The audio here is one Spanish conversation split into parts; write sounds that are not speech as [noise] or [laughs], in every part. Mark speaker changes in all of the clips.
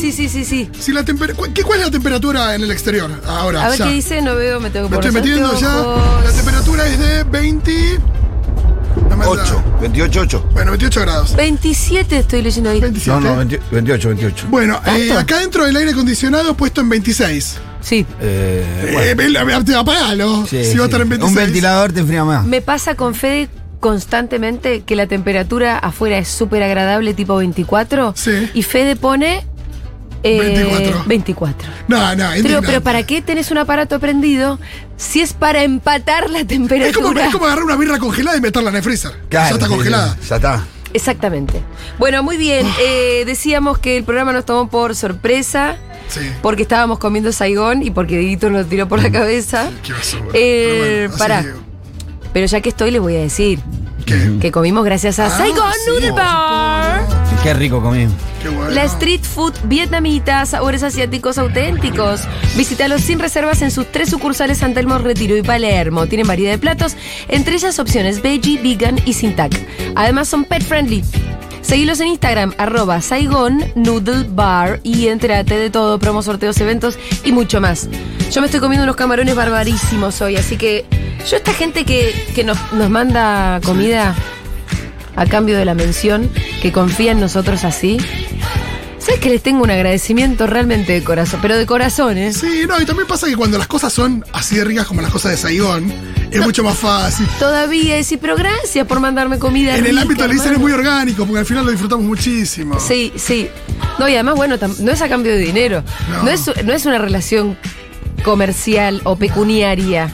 Speaker 1: Sí.
Speaker 2: Si la temper- cu- ¿qué- ¿Cuál es la temperatura en el exterior ahora?
Speaker 1: A ver
Speaker 2: ya?
Speaker 1: qué dice, no veo, me tengo que
Speaker 2: Me estoy
Speaker 1: poner
Speaker 2: metiendo ya.
Speaker 1: anteojos.
Speaker 2: La temperatura es de 20. No me da.
Speaker 3: 8, 28, 8.
Speaker 2: Bueno, 28 grados.
Speaker 1: 27 estoy leyendo ahí.
Speaker 2: 27.
Speaker 3: No, no, 20 28, 28.
Speaker 2: Bueno, eh,
Speaker 1: ¿Tanto?
Speaker 2: acá dentro del aire acondicionado puesto en 26.
Speaker 1: Sí.
Speaker 3: Eh,
Speaker 2: Eh, eh, te apagalo.
Speaker 3: sí,
Speaker 2: si va a estar en
Speaker 3: sí.
Speaker 2: 26.
Speaker 3: Un ventilador te enfría más.
Speaker 1: Me pasa con Fede constantemente que la temperatura afuera es súper agradable, tipo 24.
Speaker 2: Sí.
Speaker 1: Y Fede pone. eh,
Speaker 2: 24.
Speaker 1: 24.
Speaker 2: No, no,
Speaker 1: Pero,
Speaker 2: indignante.
Speaker 1: pero ¿para qué tenés un aparato prendido si es para empatar la temperatura?
Speaker 2: Es como, es como agarrar una birra congelada y meterla en el freezer. ya
Speaker 3: Claro,
Speaker 2: está
Speaker 3: sí,
Speaker 2: congelada.
Speaker 3: sí, Ya está.
Speaker 1: Exactamente. Bueno, muy bien.
Speaker 2: Ah.
Speaker 1: Eh, decíamos que el programa nos tomó por sorpresa
Speaker 2: Sí.
Speaker 1: porque estábamos comiendo Saigón y porque Dieguito nos tiró por la cabeza.
Speaker 2: Mm. Qué oso, bueno.
Speaker 1: Eh,
Speaker 2: Pero bueno, así
Speaker 1: pará.
Speaker 2: digo.
Speaker 1: Pero ya que estoy, les voy a decir
Speaker 2: ¿Qué?
Speaker 1: que comimos gracias a
Speaker 2: Ah,
Speaker 1: Saigon
Speaker 2: sí,
Speaker 1: Noodle
Speaker 2: por
Speaker 1: Bar.
Speaker 3: Qué rico comimos.
Speaker 2: Qué bueno.
Speaker 1: La street food vietnamita, sabores asiáticos auténticos. Visítalos sin reservas en sus tres sucursales San Telmo, Retiro y Palermo. Tienen variedad de platos, entre ellas opciones veggie, vegan y sin tac. Además son pet friendly. Seguilos en Instagram, arroba Saigon Noodle Bar y entérate de todo, promos, sorteos, eventos y mucho más. Yo me estoy comiendo unos camarones barbarísimos hoy, así que yo esta gente que, que nos, nos manda comida a cambio de la mención, que confía en nosotros así, ¿Sabes que les tengo un agradecimiento realmente de corazón? Pero de corazón, ¿eh?
Speaker 2: Sí, no, y también pasa que cuando las cosas son así de ricas como las cosas de Saigón, es mucho más fácil.
Speaker 1: Todavía decir, pero gracias por mandarme comida.
Speaker 2: En el
Speaker 1: rica,
Speaker 2: ámbito del dicen es
Speaker 1: hermano.
Speaker 2: muy orgánico, porque al final lo disfrutamos muchísimo.
Speaker 1: Sí, sí. No, y además, bueno, tam- no es a cambio de dinero. No.
Speaker 2: No.
Speaker 1: es, no es una relación comercial o pecuniaria.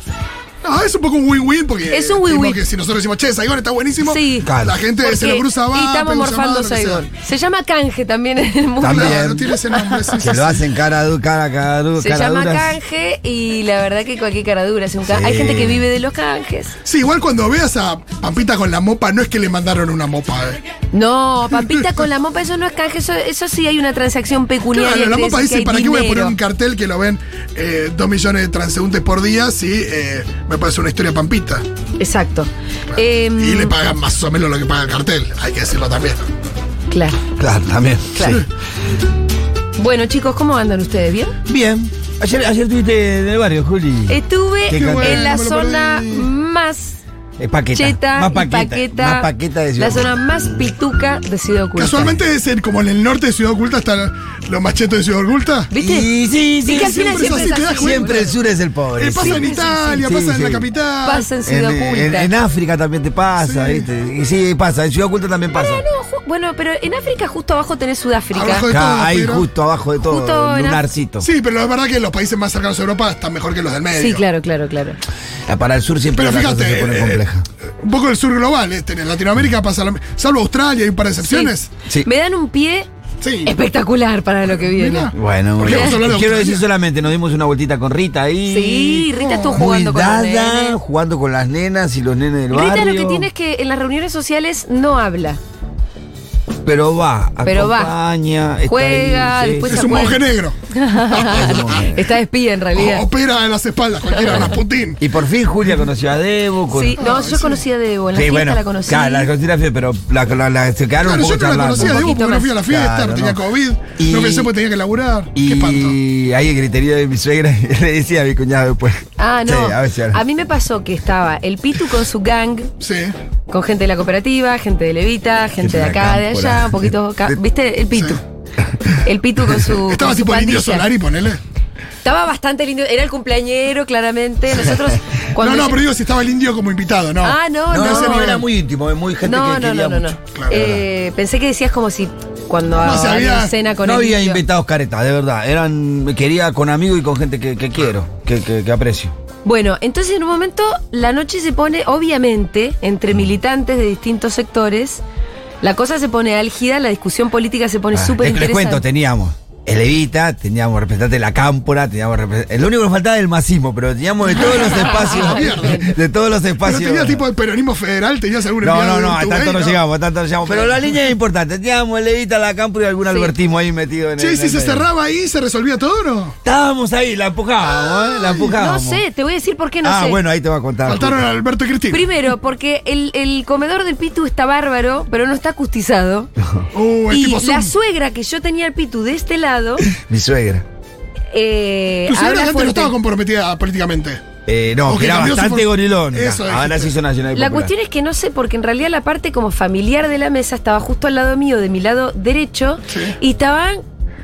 Speaker 2: No, es un poco un win-win, porque
Speaker 1: Es un
Speaker 2: tipo
Speaker 1: win-win.
Speaker 2: que si nosotros decimos, che, Saigón está buenísimo,
Speaker 1: Sí.
Speaker 3: Claro.
Speaker 2: la gente se lo
Speaker 1: Porque-
Speaker 2: cruza abajo.
Speaker 1: Y estamos morfando Saigon. Se llama canje también en el mundo.
Speaker 3: También.
Speaker 2: Claro, no tiene ese nombre. sí, sí,
Speaker 3: [laughs] Que
Speaker 2: sí.
Speaker 3: lo hacen cara dura, cara, cara, du-
Speaker 1: Se
Speaker 3: cara
Speaker 1: llama
Speaker 3: duras.
Speaker 1: canje y la verdad que cualquier cara dura. es un ca-
Speaker 3: Sí.
Speaker 1: Hay gente que vive de los canjes.
Speaker 2: Sí, igual cuando veas a Pampita con la mopa, no es que le mandaron una mopa. eh.
Speaker 1: No, papita con la mopa, eso no es canje, eso, eso sí hay una transacción pecuniaria.
Speaker 2: Claro, la
Speaker 1: que
Speaker 2: mopa
Speaker 1: es que
Speaker 2: dice,
Speaker 1: hay
Speaker 2: ¿para qué voy a poner
Speaker 1: dinero".
Speaker 2: un cartel que lo ven eh, dos millones de transeúntes por día si eh, me parece una historia Pampita?
Speaker 1: Exacto. Em,
Speaker 2: Y le pagan más o menos lo que paga el cartel, hay que decirlo también.
Speaker 1: Claro,
Speaker 3: Claro, también.
Speaker 1: claro. Bueno, chicos, ¿cómo andan ustedes? ¿Bien?
Speaker 3: Bien. Ayer, ayer estuviste en el barrio, Juli.
Speaker 1: Eh, Estuve
Speaker 3: Qué
Speaker 2: bueno,
Speaker 1: en la
Speaker 2: me lo
Speaker 1: zona
Speaker 2: perdí.
Speaker 1: más
Speaker 3: Es paqueta.
Speaker 1: cheta
Speaker 3: más
Speaker 1: y
Speaker 3: paqueta.
Speaker 1: paqueta,
Speaker 3: Más paqueta de
Speaker 1: la
Speaker 3: Ciudad
Speaker 1: zona más pituca de Ciudad Oculta.
Speaker 2: Casualmente es en- como en el norte de Ciudad Oculta están los machetos de Ciudad Oculta.
Speaker 1: ¿Viste?
Speaker 3: Y sí, sí,
Speaker 1: Y que al final
Speaker 2: siempre
Speaker 1: siempre,
Speaker 2: es así,
Speaker 1: es
Speaker 2: te das
Speaker 1: así,
Speaker 2: cuenta.
Speaker 3: Siempre el
Speaker 1: boludo.
Speaker 3: sur es el pobre.
Speaker 2: Eh, pasa
Speaker 3: sí.
Speaker 2: en Italia,
Speaker 3: sí,
Speaker 2: pasa en
Speaker 3: sí.
Speaker 2: la capital.
Speaker 1: Pasa en
Speaker 3: En,
Speaker 1: Ciudad
Speaker 3: en-
Speaker 1: Oculta.
Speaker 3: en África también te pasa,
Speaker 2: Sí.
Speaker 3: ¿viste? Y sí, pasa. En Ciudad Oculta también pasa.
Speaker 1: Ah, no, ju- bueno, pero en África justo abajo tenés Sudáfrica.
Speaker 2: Abajo de
Speaker 3: Acá,
Speaker 2: todo,
Speaker 3: ahí
Speaker 2: pero-
Speaker 3: justo abajo de todo,
Speaker 1: Justo en
Speaker 3: un
Speaker 1: Af-
Speaker 3: lunarcito.
Speaker 2: Sí, pero la verdad que los países más cercanos a Europa están mejor que los del medio.
Speaker 1: Sí, claro, claro, claro.
Speaker 3: Ah, Para el sur siempre
Speaker 2: Pero
Speaker 3: la cosa
Speaker 2: fíjate,
Speaker 3: se pone
Speaker 2: eh,
Speaker 3: compleja.
Speaker 2: Un poco el sur global, este, en Latinoamérica pasa lo mi- salvo Australia, hay un par de excepciones.
Speaker 3: Sí.
Speaker 1: Me dan un pie
Speaker 2: Sí.
Speaker 1: espectacular para lo que viene.
Speaker 2: Mirá.
Speaker 3: Bueno,
Speaker 2: ¿Por qué
Speaker 3: bueno.
Speaker 2: vamos a hablar de
Speaker 3: quiero
Speaker 2: Australia?
Speaker 3: decir solamente, nos dimos una vueltita con Rita ahí.
Speaker 1: Sí, Rita estuvo jugando con los
Speaker 3: Cuidada,
Speaker 1: nenes.
Speaker 3: jugando con las nenas y los nenes del
Speaker 1: Rita
Speaker 3: barrio.
Speaker 1: lo que tiene es que en las reuniones sociales no habla.
Speaker 3: Pero va,
Speaker 1: Pero va.
Speaker 3: acompaña, está
Speaker 1: Juega,
Speaker 3: ahí, sí,
Speaker 1: después
Speaker 3: sí.
Speaker 2: Es un
Speaker 1: Bueno.
Speaker 2: monje negro.
Speaker 1: Está de espía en realidad.
Speaker 2: O- Opera en las espaldas, cualquiera, Rasputín.
Speaker 3: Y por fin Julia conoció a Debo. oh, Con...
Speaker 1: Sí, no, yo conocía de Debo, en la
Speaker 3: Sí,
Speaker 1: fiesta
Speaker 3: bueno,
Speaker 1: la conocí.
Speaker 3: Claro, la conocí en la fiesta, pero la, la- la- se quedaron
Speaker 2: Claro,
Speaker 3: un
Speaker 2: yo no
Speaker 3: poco
Speaker 2: la
Speaker 3: charlando.
Speaker 2: conocía,
Speaker 1: un
Speaker 2: digo, porque
Speaker 1: poquito
Speaker 2: no fui a la
Speaker 3: más.
Speaker 2: fiesta,
Speaker 3: Claro,
Speaker 2: no tenía
Speaker 3: no.
Speaker 2: COVID,
Speaker 3: Y-
Speaker 2: no pensé porque tenía que laburar. Qué espanto.
Speaker 3: Y ahí el griterío de mi suegra [laughs] le decía a mi cuñado después.
Speaker 1: Ah, no.
Speaker 3: Sí, a veces.
Speaker 1: a mí me pasó que estaba el Pitu con su gang,
Speaker 2: Sí.
Speaker 1: con gente de la cooperativa, gente de Levita, gente
Speaker 3: Gente
Speaker 1: de
Speaker 3: de la
Speaker 1: acá, de
Speaker 3: cámpora.
Speaker 1: allá, un poquito. ca- ¿Viste? El Pitu. El Pitu con
Speaker 2: [laughs]
Speaker 1: su.
Speaker 2: Estaba
Speaker 1: con su
Speaker 2: tipo el indio
Speaker 1: pandilla.
Speaker 2: Solari, ponele.
Speaker 1: Estaba bastante lindo. Era el cumpleañero, claramente. Nosotros. Cuando
Speaker 2: no, no,
Speaker 1: yo-
Speaker 2: pero digo si estaba el indio como invitado, ¿no?
Speaker 1: Ah, no, no.
Speaker 3: No, ese nivel era muy íntimo, es muy gente
Speaker 1: no,
Speaker 3: que
Speaker 1: no, no,
Speaker 3: quería
Speaker 1: no, no.
Speaker 3: mucho.
Speaker 2: Claro,
Speaker 1: Eh, pensé que decías como si cuando
Speaker 2: No,
Speaker 1: hago
Speaker 2: se había-
Speaker 1: una cena con
Speaker 3: no
Speaker 1: el
Speaker 3: había
Speaker 1: indio.
Speaker 3: invitados caretas, de verdad. Eran, quería con amigos y con gente que, que quiero, que, que- que aprecio.
Speaker 1: Bueno, entonces en un momento la noche se pone, obviamente, entre
Speaker 3: Mm.
Speaker 1: militantes de distintos sectores, la cosa se pone álgida, la discusión política se pone
Speaker 3: Ah,
Speaker 1: súper
Speaker 3: les, les cuento,
Speaker 1: interesante.
Speaker 3: teníamos el Evita, teníamos representantes de la Cámpora, teníamos representantes. Lo único que nos faltaba era el masismo, pero teníamos de
Speaker 1: [laughs]
Speaker 3: todos los
Speaker 1: Ah,
Speaker 3: espacios. de todos los
Speaker 2: Pero
Speaker 3: espacios.
Speaker 2: tenía tipo el peronismo federal, tenías algún
Speaker 3: No,
Speaker 2: enviado
Speaker 3: no,
Speaker 2: de
Speaker 3: no, a
Speaker 2: Uruguay,
Speaker 3: tanto no llegamos, a tanto no llegamos. Pero la línea es importante. Teníamos el Evita, la Cámpora y algún albertismo ahí metido en el.
Speaker 2: Che, ¿y
Speaker 3: en
Speaker 2: si
Speaker 3: el
Speaker 2: se
Speaker 3: medio.
Speaker 2: cerraba ahí, ¿se resolvía todo o no?
Speaker 3: Estábamos ahí, la empujábamos, ¿eh? La
Speaker 1: No
Speaker 3: empujábamos.
Speaker 1: sé, te voy a decir por qué no
Speaker 3: ah,
Speaker 1: sé.
Speaker 3: bueno, ahí te va a contar.
Speaker 2: Faltaron a Alberto y Cristina.
Speaker 1: Primero, porque el, el comedor del Pitu
Speaker 3: [laughs]
Speaker 1: está bárbaro, pero no está acustizado.
Speaker 2: Uh, el
Speaker 1: y
Speaker 2: tipo Zoom.
Speaker 1: la suegra que yo tenía al Pitu de este
Speaker 3: [laughs]
Speaker 1: lado,
Speaker 3: Mi suegra.
Speaker 1: eh,
Speaker 2: Tu señora
Speaker 1: habla
Speaker 2: antes no
Speaker 1: fuerte.
Speaker 2: estaba comprometida políticamente.
Speaker 3: Eh, no,
Speaker 2: Ok,
Speaker 3: que era
Speaker 2: cambió su
Speaker 3: bastante
Speaker 2: for-
Speaker 3: gorilón.
Speaker 2: Eso
Speaker 3: Ahora
Speaker 2: dijiste.
Speaker 3: se hizo nacional. y
Speaker 1: La
Speaker 3: popular.
Speaker 1: cuestión es que no sé, porque en realidad la parte como familiar de la mesa estaba justo al lado mío, de mi lado derecho,
Speaker 2: Sí.
Speaker 1: y estaban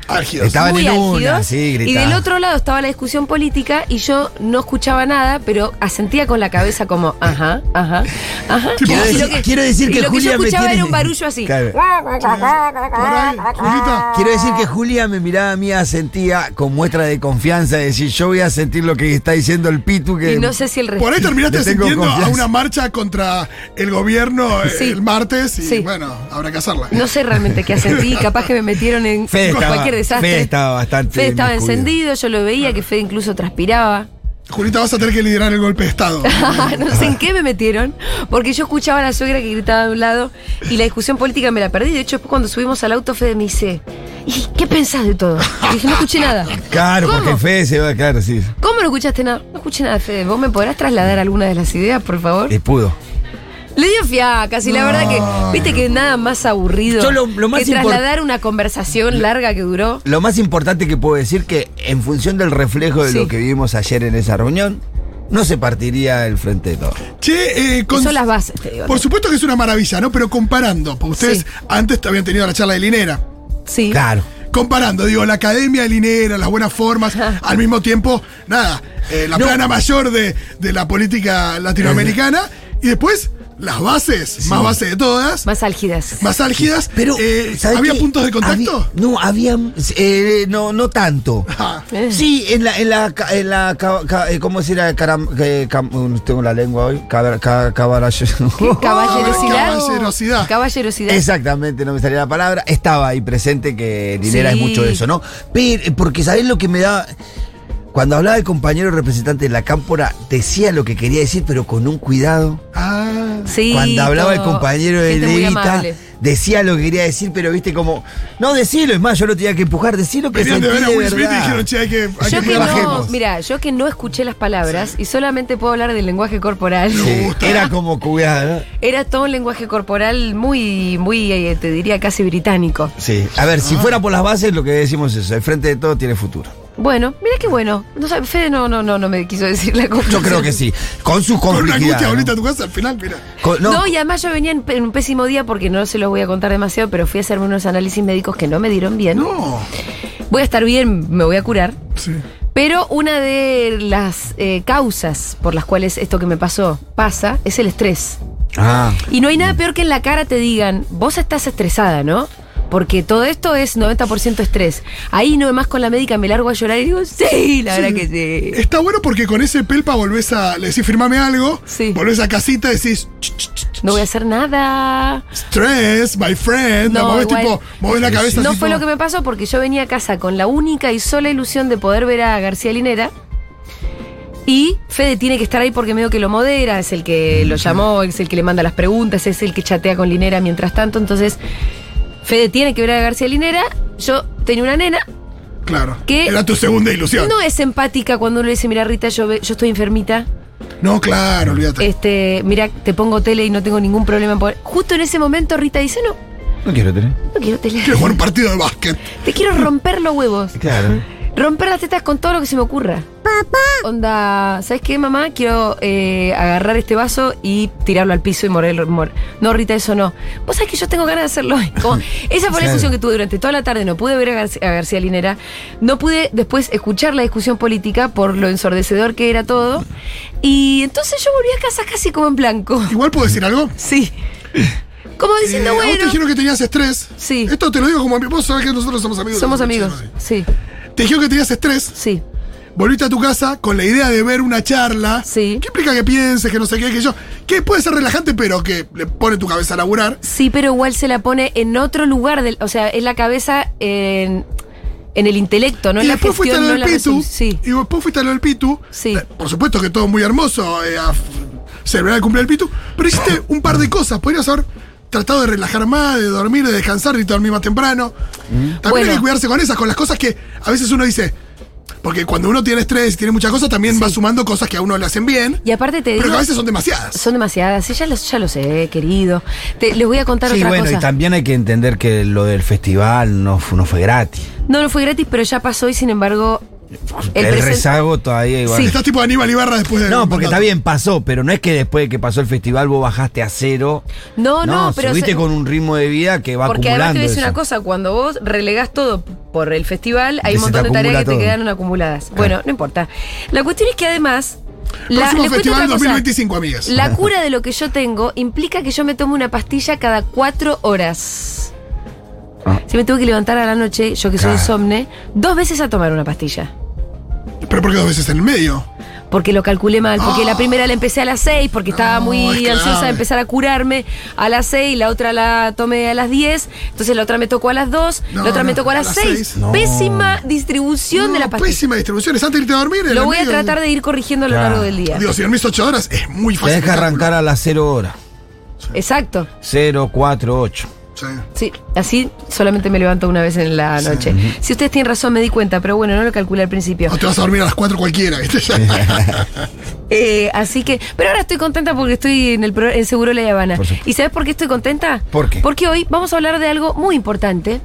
Speaker 2: Álgidos.
Speaker 3: Estaba- Estaban
Speaker 1: muy
Speaker 3: en
Speaker 1: álgidos,
Speaker 3: una, sí,
Speaker 1: y
Speaker 3: gritaba.
Speaker 1: del otro lado estaba la discusión política y yo no escuchaba nada, pero asentía con la cabeza como, ajá, ajá, ajá.
Speaker 2: Quiero
Speaker 1: Y
Speaker 2: decir-
Speaker 1: lo que-
Speaker 3: quiero decir
Speaker 1: y
Speaker 3: que
Speaker 1: lo
Speaker 3: Julia
Speaker 1: que yo
Speaker 3: me
Speaker 1: escuchaba
Speaker 3: tiene-
Speaker 1: era un barullo así.
Speaker 3: Claro.
Speaker 2: Por ahí, Julita.
Speaker 3: Quiero decir que Julia me miraba a mí, asentía con muestra de confianza, de decir, yo voy a sentir lo que está diciendo el Pitu. Que
Speaker 1: Y no sé si el resto.
Speaker 2: Por ahí terminaste
Speaker 3: Le tengo
Speaker 2: asistiendo a
Speaker 3: confianza.
Speaker 2: una marcha contra el gobierno eh,
Speaker 1: Sí.
Speaker 2: el martes y
Speaker 1: Sí.
Speaker 2: bueno, habrá que hacerla.
Speaker 1: No sé realmente qué
Speaker 3: [laughs]
Speaker 1: asentí, capaz que me metieron en
Speaker 3: Fede estaba-
Speaker 1: cualquier desastre.
Speaker 3: Fede estaba bastante
Speaker 1: Fede estaba
Speaker 3: inmiscuido.
Speaker 1: encendido, yo lo veía, que Fede incluso transpiraba.
Speaker 2: Julita, vas a tener que liderar el golpe de
Speaker 1: [laughs]
Speaker 2: Estado.
Speaker 1: Ah, no sé en qué me metieron, porque yo escuchaba a la suegra que gritaba de un lado y la discusión política me la perdí. De hecho, después cuando subimos al auto, Fede me dice, ¿y qué pensás de todo? Y dije, no escuché nada.
Speaker 3: Claro,
Speaker 1: ¿Cómo?
Speaker 3: porque Fede se va, claro, sí.
Speaker 1: ¿Cómo no escuchaste nada? No escuché nada, Fede. ¿Vos me podrás trasladar alguna de las ideas, por favor?
Speaker 3: Y pudo.
Speaker 1: Le dio fiaca, y la verdad que, viste que nada más aburrido
Speaker 3: Yo lo- lo más
Speaker 1: que
Speaker 3: impor-
Speaker 1: trasladar una conversación larga que duró.
Speaker 3: Lo más importante que puedo decir que en función del reflejo de
Speaker 1: Sí.
Speaker 3: lo que vivimos ayer en esa reunión, no se partiría el frente de todo.
Speaker 2: Che, eh,
Speaker 1: que
Speaker 2: con-
Speaker 1: son las bases, te digo.
Speaker 2: por supuesto que es una maravilla, ¿no? Pero comparando, porque ustedes
Speaker 1: Sí.
Speaker 2: antes habían tenido la charla de Linera.
Speaker 1: Sí.
Speaker 3: Claro.
Speaker 2: Comparando, digo, la academia de Linera, las buenas formas, al mismo tiempo, nada, eh, la
Speaker 3: No.
Speaker 2: plana mayor de, de la política latinoamericana y después las bases, más bases de todas, más,
Speaker 1: Más álgidas.
Speaker 2: álgidas.
Speaker 3: Pero,
Speaker 2: Eh,
Speaker 3: ¿sabés
Speaker 2: ¿Había
Speaker 3: qué?
Speaker 2: puntos de contacto?
Speaker 3: Había- no, había. eh, no, no tanto.
Speaker 2: [laughs] Ah.
Speaker 1: Eh.
Speaker 3: Sí, en la, en la, ca- en la ca- ca- eh, ¿cómo se era? Caram- eh, cam- uh, tengo la lengua hoy. Cabra- ca- cabarayo-
Speaker 1: ¿Qué? Caballerosidad.
Speaker 2: Caballerosidad.
Speaker 1: Caballerosidad.
Speaker 3: Exactamente, no me salía la palabra. Estaba ahí presente que Linera
Speaker 1: Sí.
Speaker 3: es mucho de eso, ¿no? Pero, eh, porque sabés lo que me da. Cuando hablaba el compañero representante de la cámpora, decía lo que quería decir, pero con un cuidado.
Speaker 2: Ah.
Speaker 1: Sí,
Speaker 3: Cuando hablaba el
Speaker 1: todo.
Speaker 3: compañero de
Speaker 1: Gente muy
Speaker 3: Leita,
Speaker 1: amable.
Speaker 3: decía lo que quería decir, pero viste como, no, decilo, es más, yo lo tenía que empujar, decilo que
Speaker 2: Venían
Speaker 3: sentí
Speaker 2: de ver a
Speaker 3: de
Speaker 2: Will Smith y
Speaker 3: verdad.
Speaker 2: dijeron, che, hay que, hay
Speaker 1: Yo
Speaker 2: que
Speaker 1: que no,
Speaker 2: bajemos.
Speaker 1: mira, yo que no escuché las palabras y solamente puedo hablar del lenguaje corporal.
Speaker 3: Sí, era como cuidado, ¿no?
Speaker 1: [laughs] Era todo un lenguaje corporal muy, muy, eh, te diría casi británico.
Speaker 3: Sí. A ver, si fuera por las bases, lo que decimos es eso, el frente de todo tiene futuro.
Speaker 1: Bueno, mira qué bueno. No, sabe- Fede no, no, no, no me quiso decir la
Speaker 3: Yo
Speaker 1: conclusión.
Speaker 3: creo que sí. Con sus
Speaker 2: Con una
Speaker 3: complejidades.
Speaker 2: angustia
Speaker 3: ¿no?
Speaker 2: bonita a tu casa, al final, mira.
Speaker 3: Con-
Speaker 1: No.
Speaker 3: no,
Speaker 1: y además yo venía en, pe- en un pésimo día porque no se los voy a contar demasiado, pero fui a hacerme unos análisis médicos que no me dieron bien.
Speaker 2: No.
Speaker 1: Voy a estar bien, me voy a curar.
Speaker 2: Sí.
Speaker 1: Pero una de las eh, causas por las cuales esto que me pasó pasa es el estrés.
Speaker 3: Ah,
Speaker 1: Y no hay nada peor que en la cara te digan, vos estás estresada, ¿no? Porque todo esto es 90% estrés. Ahí nomás con la médica me largo a llorar y digo, sí, la verdad que sí.
Speaker 2: Está bueno porque con ese pelpa volvés a. Le decís, firmame algo.
Speaker 1: Sí.
Speaker 2: Volvés a casita y decís, "Ch, ch, ch,
Speaker 1: No voy a hacer nada.
Speaker 2: stress, my friend. la
Speaker 1: No,
Speaker 2: movés
Speaker 1: igual.
Speaker 2: tipo, movés la
Speaker 3: Sí,
Speaker 2: cabeza.
Speaker 1: No
Speaker 2: tipo,
Speaker 1: fue lo que me pasó porque yo venía a casa con la única y sola ilusión de poder ver a García Linera. Y Fede tiene que estar ahí porque medio que lo modera, es el que lo llamó, es el que le manda las preguntas, es el que chatea con Linera mientras tanto. Entonces, Fede tiene que ver a García Linera. Yo tenía una nena,
Speaker 2: Claro.
Speaker 1: que-
Speaker 2: Era tu segunda ilusión.
Speaker 1: No es empática cuando uno le dice, mira Rita, yo, ve- yo estoy enfermita,
Speaker 2: No, claro, olvídate.
Speaker 1: este, mira, te pongo tele y no tengo ningún problema. en poder-". Justo en ese momento Rita dice, no,
Speaker 3: no quiero tener.
Speaker 1: no quiero tele.
Speaker 2: Quiero jugar un partido de básquet.
Speaker 1: Te quiero romper los huevos. [laughs]
Speaker 3: Claro.
Speaker 1: Romper las tetas con todo lo que se me ocurra. Papá. Onda, ¿sabes qué, mamá? Quiero eh, agarrar este vaso y tirarlo al piso y morir. mor- No, Rita, eso no. Vos sabés que yo tengo ganas de hacerlo. hoy.
Speaker 2: [laughs]
Speaker 1: Como, esa fue la
Speaker 3: Claro.
Speaker 1: discusión que tuve durante toda la tarde. No pude ver a, Garci- a García Linera. No pude después escuchar la discusión política por lo ensordecedor que era todo. Y entonces yo volví a casa casi como en blanco. [laughs]
Speaker 2: Igual puedo decir algo.
Speaker 1: Sí. Como
Speaker 2: Eh,
Speaker 1: diciendo,
Speaker 2: a vos te
Speaker 1: bueno,
Speaker 2: dijeron que tenías estrés.
Speaker 1: Sí.
Speaker 2: Esto te lo digo como amigo. Vos sabés que nosotros somos amigos.
Speaker 1: somos
Speaker 2: nosotros,
Speaker 1: amigos.
Speaker 2: chicos,
Speaker 1: Sí,
Speaker 2: sí. Te dijeron que tenías estrés.
Speaker 1: sí.
Speaker 2: Volviste a tu casa con la idea de ver una charla.
Speaker 1: Sí.
Speaker 2: Que implica que pienses, que no sé qué, que yo. Que puede ser relajante, pero que le pone tu cabeza a laburar.
Speaker 1: Sí, pero igual se la pone en otro lugar, del, o sea, es la cabeza en, en el intelecto, no
Speaker 2: y
Speaker 1: en la
Speaker 2: después fuiste a lo
Speaker 1: gestión, no
Speaker 2: del
Speaker 1: en la
Speaker 2: Pitu.
Speaker 1: resolu- Sí.
Speaker 2: Y después fuiste a lo del Pitu.
Speaker 1: Sí.
Speaker 2: Eh, Por supuesto que todo muy hermoso. eh, a f- celebrar el cumpleaños del Pitu. Pero hiciste
Speaker 1: [laughs]
Speaker 2: un par de cosas. Podrías haber tratado de relajar más, de dormir, de descansar y dormir más temprano. También
Speaker 1: Mm. Bueno.
Speaker 2: hay que cuidarse con esas, con las cosas que a veces uno dice. Porque cuando uno tiene estrés y tiene muchas cosas, también va sumando cosas que a uno le hacen bien.
Speaker 1: Y aparte te
Speaker 2: pero
Speaker 1: digo.
Speaker 2: que a veces son demasiadas.
Speaker 1: Son demasiadas, sí, ya lo, ya lo sé, querido. Te- les voy a contar
Speaker 3: Sí,
Speaker 1: otra
Speaker 3: bueno,
Speaker 1: cosa.
Speaker 3: y también hay que entender que lo del festival no, fu- no fue gratis.
Speaker 1: No, no fue gratis, pero ya pasó y sin embargo.
Speaker 3: El,
Speaker 1: presen-
Speaker 3: rezago todavía igual.
Speaker 1: Sí.
Speaker 2: Estás tipo Aníbal Ibarra después de.
Speaker 3: No, porque está
Speaker 2: mandato.
Speaker 3: bien, pasó, pero no es que después de que pasó el festival vos bajaste a cero.
Speaker 1: No, no, pero
Speaker 3: Subiste
Speaker 1: se-
Speaker 3: con un ritmo de vida que va
Speaker 1: Porque además
Speaker 3: acumulando.
Speaker 1: te voy a decir
Speaker 3: eso.
Speaker 1: una cosa, cuando vos relegas todo por el festival, hay
Speaker 3: Se
Speaker 1: un montón
Speaker 3: te
Speaker 1: de tareas
Speaker 3: acumula
Speaker 1: que te
Speaker 3: todo.
Speaker 1: quedaron acumuladas. Bueno, no importa. La cuestión es que además...
Speaker 2: Próximo
Speaker 1: La, les cuento
Speaker 2: festival
Speaker 1: otra cosa.
Speaker 2: 2025, amigas.
Speaker 1: La cura de lo que yo tengo implica que yo me tomo una pastilla cada cuatro horas.
Speaker 3: Ah.
Speaker 1: Si me tengo que levantar a la noche, yo que soy
Speaker 3: Claro.
Speaker 1: insomne, dos veces a tomar una pastilla.
Speaker 2: Pero porque dos veces en el medio.
Speaker 1: Porque lo calculé mal, porque
Speaker 2: Ah.
Speaker 1: la primera la empecé a las 6, porque estaba
Speaker 2: No,
Speaker 1: muy
Speaker 2: es clave.
Speaker 1: ansiosa de empezar a curarme a las 6, la otra la tomé a las 10, entonces la otra me tocó a las 2,
Speaker 2: No,
Speaker 1: la otra me
Speaker 2: no,
Speaker 1: tocó a
Speaker 2: a
Speaker 1: las
Speaker 2: las
Speaker 1: 6.
Speaker 2: seis. No.
Speaker 1: Pésima distribución
Speaker 2: No,
Speaker 1: de la pastilla.
Speaker 2: Pésima distribución. Es antes de irte a dormir. en
Speaker 1: Lo
Speaker 2: el
Speaker 1: voy a
Speaker 2: medio.
Speaker 1: tratar de ir corrigiendo a lo
Speaker 3: Claro.
Speaker 1: largo del día.
Speaker 2: Digo, si dormís 8 horas, es muy
Speaker 3: Te
Speaker 2: fácil.
Speaker 3: deja arrancar a las cero horas.
Speaker 1: Exacto.
Speaker 3: Cero, cuatro, ocho.
Speaker 2: Sí.
Speaker 1: Sí, así solamente me levanto una vez en la noche. Si ustedes tienen razón, me di cuenta, pero bueno, no lo calculé al principio.
Speaker 2: O te vas a dormir a las 4 cualquiera,
Speaker 1: [laughs]
Speaker 2: ¿viste?
Speaker 1: Eh, así que, pero ahora estoy contenta porque estoy en el pro- en Seguro La Habana.
Speaker 3: Por supuesto.
Speaker 1: ¿Y sabes por qué estoy contenta?
Speaker 3: ¿Por qué?
Speaker 1: Porque hoy vamos a hablar de algo muy importante.